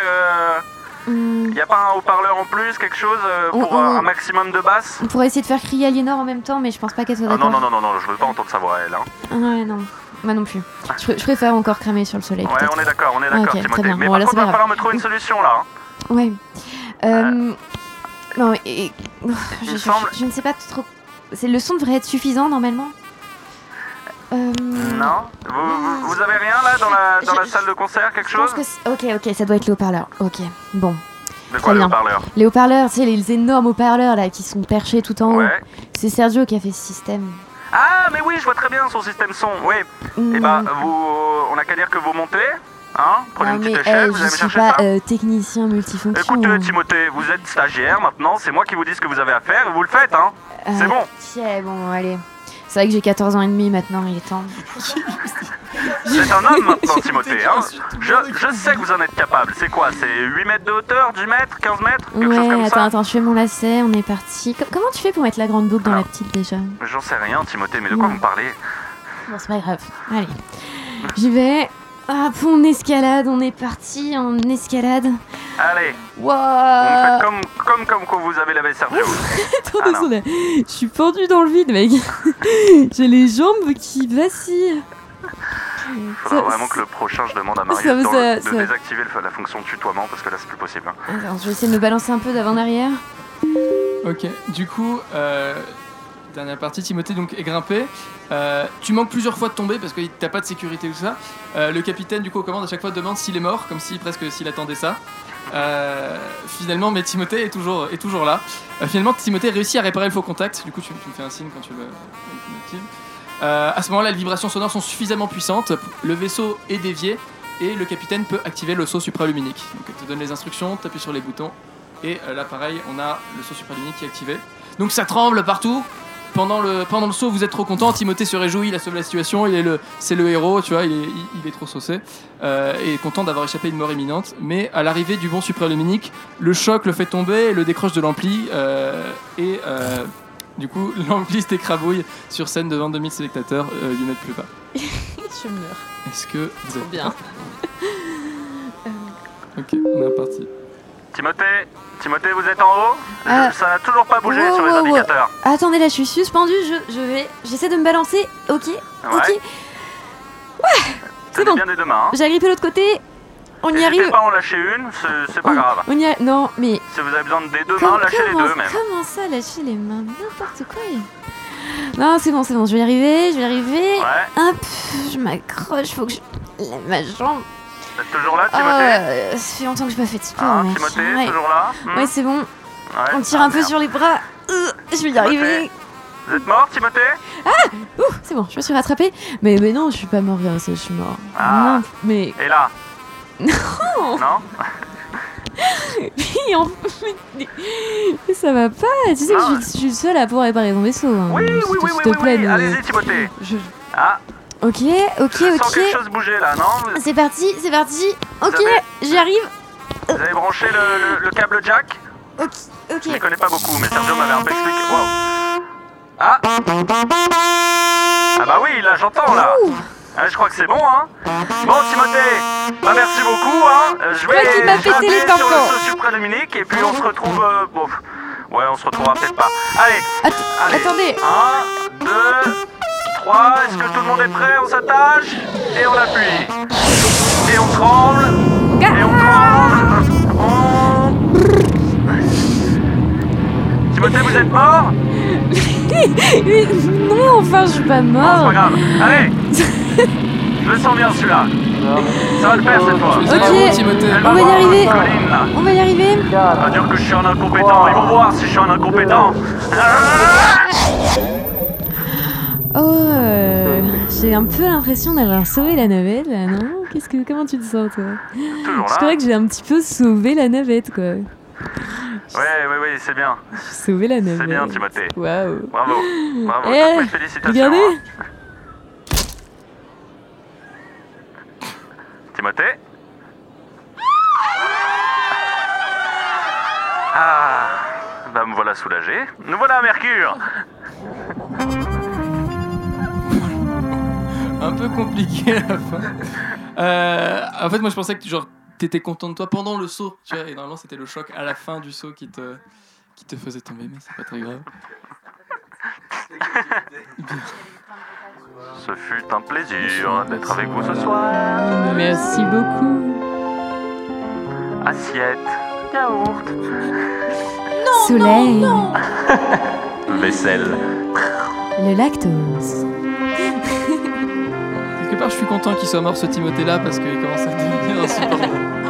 S4: Hmm.
S2: il y a pas un haut-parleur en plus, quelque chose euh,
S4: On-
S2: pour
S4: on-
S2: euh, un maximum de basse
S4: On pourrait essayer de faire crier Aliénor en même temps, mais je pense pas qu'elle soit
S2: Ah
S4: d'accord.
S2: non
S4: Ah,
S2: non non non non, je veux pas entendre sa voix elle hein.
S4: Ouais, non. Moi non plus. Je, pr- je préfère encore cramer sur le soleil.
S2: Ouais,
S4: peut-être.
S2: on est d'accord, on est
S4: Ah,
S2: d'accord
S4: ok, très
S2: Timothée.
S4: bien.
S2: Mais
S4: Bon,
S2: par
S4: là,
S2: contre,
S4: c'est pas
S2: va falloir
S4: grave.
S2: me trouver une solution là. hein.
S4: Ouais. Euh, Non, et- et-
S2: me
S4: je, je-
S2: semble-
S4: je ne sais pas trop. C'est le son devrait être suffisant normalement. Euh,
S2: Non vous, vous- vous avez rien là dans la, dans la salle de concert Quelque
S4: Je pense
S2: chose
S4: que c'est- ok, ok, ça doit être le haut-parleur. Ok, bon.
S2: De quoi,
S4: Très
S2: le
S4: bien.
S2: haut-parleur
S4: Les haut-parleurs, tu sais, les énormes haut-parleurs là qui sont perchés tout en haut.
S2: Ouais.
S4: C'est Sergio qui a fait ce système.
S2: Ah, mais oui, je vois très bien son système son. Oui.
S4: Mm.
S2: Et bah, vous, on n'a qu'à dire que vous montez. Hein Prenez
S4: non,
S2: une
S4: mais
S2: petite échelle,
S4: eh,
S2: vous
S4: je
S2: allez me
S4: suis
S2: chercher
S4: pas
S2: ça.
S4: euh, technicien multifonction.
S2: Écoutez,
S4: hein.
S2: Timothée, vous êtes stagiaire maintenant. C'est moi qui vous dis ce que vous avez à faire et vous le faites. Hein C'est
S4: Euh,
S2: bon.
S4: ok, bon, allez. C'est vrai que j'ai 14 ans et demi maintenant, il est temps.
S2: C'est un homme maintenant,
S4: <laughs>
S2: Timothée. Hein je, je sais que vous en êtes capable. C'est quoi C'est 8 mètres de hauteur, 10 mètres, 15 mètres Quelque chose
S4: Ouais,
S2: comme
S4: attends,
S2: ça
S4: attends, je fais mon lacet, on est parti. Co- comment tu fais pour mettre la grande boucle dans
S2: Ah.
S4: la petite déjà
S2: J'en sais rien, Timothée, mais de quoi
S4: Non.
S2: vous me parlez
S4: Bon, c'est pas grave. Allez, j'y vais. Hop, on escalade, on est parti, on escalade.
S2: Allez,
S4: Wouah
S2: faites comme, comme, comme quand vous avez lavé Sergio.
S4: Attends,
S2: Ah
S4: attendez, je suis pendue dans le vide,
S2: <laughs>
S4: mec. J'ai les jambes qui vacillent.
S2: Faudra Ah, vraiment que le prochain, je demande à Marius
S4: ça-
S2: dans
S4: ça-
S2: le- de
S4: ça-
S2: désactiver le- la fonction tutoiement parce que là c'est plus possible. hein.
S4: Attends, je vais essayer de me balancer un peu d'avant derrière.
S1: Ok, du coup, euh, dernière partie, Timothée donc est grimpé. Euh, tu manques plusieurs fois de tomber parce que t'as pas de sécurité ou tout ça. Euh, le capitaine, du coup, aux commandes à chaque fois demande s'il est mort, comme si presque s'il attendait ça. Euh, finalement, mais Timothée est toujours, est toujours là. Euh, finalement, Timothée réussit à réparer le faux contact. Du coup, tu, tu me fais un signe quand tu le quand tu l'actives. Euh, à ce moment-là, les vibrations sonores sont suffisamment puissantes. Le vaisseau est dévié et le capitaine peut activer le saut supraluminique. Donc, elle te donne les instructions, t'appuies sur les boutons et euh, là, pareil, on a le saut supraluminique qui est activé. Donc, ça tremble partout. Pendant le, pendant le saut, vous êtes trop content. Timothée se réjouit, il a sauvé la situation. Il est le, c'est le héros, tu vois, il est, il- il est trop saucé euh, et est content d'avoir échappé à une mort imminente. Mais à l'arrivée du bon supraluminique, le choc le fait tomber et le décroche de l'ampli euh, et euh, du coup, <laughs> l'ampli se décrabouille sur scène devant 2000 spectateurs, euh, 8 mètres plus bas.
S8: <laughs> Je meurs.
S1: Est-ce que vous êtes
S8: Bien.
S1: Ok, on est parti.
S2: Timothée, Timothée, vous êtes en haut Je-
S4: Euh,
S2: Ça n'a toujours pas bougé
S4: wow,
S2: sur les
S4: wow, wow.
S2: indicateurs.
S4: Attendez, là, je suis suspendue. Je, je vais, j'essaie de me balancer. Ok, ok.
S2: Ouais.
S4: C'est bon.
S2: bien dès demain. hein.
S4: J'ai agrippé l'autre côté. On y
S2: N'hésitez
S4: arrive.
S2: pas à en lâcher une, c'est-
S4: Oh.
S2: c'est pas grave.
S4: On y a... Non, mais
S2: Si vous avez besoin des deux
S4: Comme-
S2: mains, lâchez les
S4: comment,
S2: deux même.
S4: comment ça, lâcher les mains N'importe quoi. Non, c'est bon, c'est bon, je vais y arriver, je vais y arriver. Hop, je m'accroche, faut que je lève ma jambe.
S2: Vous êtes toujours là,
S4: Ah,
S2: Timothée
S4: euh, ça fait longtemps que je n'ai pas fait de sport.
S2: Hein,
S4: mec.
S2: Timothée,
S4: ouais.
S2: toujours là Hmm
S4: Ouais, c'est bon.
S2: Ouais,
S4: On tire
S2: ah,
S4: un peu
S2: merde.
S4: sur les bras. Euh, je vais y arriver.
S2: Vous êtes mort, Timothée
S4: Ah Ouh, c'est bon, je me suis rattrapée. Mais, mais non, je suis pas mort, bien sûr, je suis mort.
S2: Ah.
S4: Non, mais.
S2: Et là
S4: <laughs> Non
S2: Non
S4: <laughs> Mais en- mais- mais ça va pas. Tu sais que je suis- je suis le seul à pouvoir réparer mon vaisseau. hein.
S2: Oui, oui,
S4: S'il te-
S2: oui,
S4: s'il
S2: oui,
S4: te
S2: oui,
S4: plaît,
S2: oui.
S4: ne-
S2: allez-y, Timothée. Ah,
S4: Ok, ok,
S2: je sens
S4: ok.
S2: quelque chose bouger là, non
S4: C'est parti, c'est parti. Ok, j'y arrive.
S2: Vous avez branché le, le- le câble jack
S4: Ok, ok.
S2: Je ne connais pas beaucoup, mais Sergio m'avait un peu expliqué. Wow. Ah Ah bah oui, là j'entends là Ah, Je crois que c'est bon, hein Bon, Timothée, bah merci beaucoup, hein Euh, Je vais
S4: Toi qui m'as pété
S2: appuyer
S4: les
S2: sur
S4: tampons.
S2: le saut supraluminique et puis on se retrouve... euh, bon, ouais, on se retrouvera peut-être pas. Allez Allez
S4: Attendez
S2: 1, 2, 3, est-ce que tout le monde est prêt On s'attache et on appuie. Et on tremble. Et on tremble. On... Timothée, vous êtes mort
S4: Mais non, enfin, je suis pas mort.
S2: Pas grave.
S4: Oh. <laughs>
S2: Allez Je le sens bien celui-là. Ça va le faire cette fois.
S4: Ok, on va y arriver. On va y arriver.
S2: Ça va dire que je suis un incompétent. Ils vont voir si je suis un incompétent.
S4: Oh, euh, j'ai un peu l'impression d'avoir sauvé la navette là, non Qu'est-ce que, comment tu te sens toi
S2: Toujours
S4: Je
S2: là.
S4: crois que j'ai un petit peu sauvé la navette quoi.
S2: Ouais, ouais, ouais, c'est bien.
S4: J'ai sauvé la navette.
S2: C'est bien, Timothée.
S4: Waouh.
S2: Bravo. Bravo.
S4: Eh,
S2: Toutes mes félicitations. hein.
S4: regardez.
S2: Timothée Ah, bah me voilà soulagé. Nous voilà à Mercure.
S1: un peu compliqué à la fin. Euh, en fait, moi, je pensais que genre t'étais content de toi pendant le saut, tu vois, et normalement c'était le choc à la fin du saut qui te qui te faisait tomber, mais c'est pas très grave.
S2: Ce fut un plaisir d'être avec vous ce soir.
S4: Merci beaucoup.
S2: Assiette, yaourt,
S4: Soleil.
S2: vaisselle.
S4: Le lactose.
S1: Quelque part, je suis content qu'il soit mort ce Timothée là parce qu'il commence à devenir insupportable.
S8: Ah.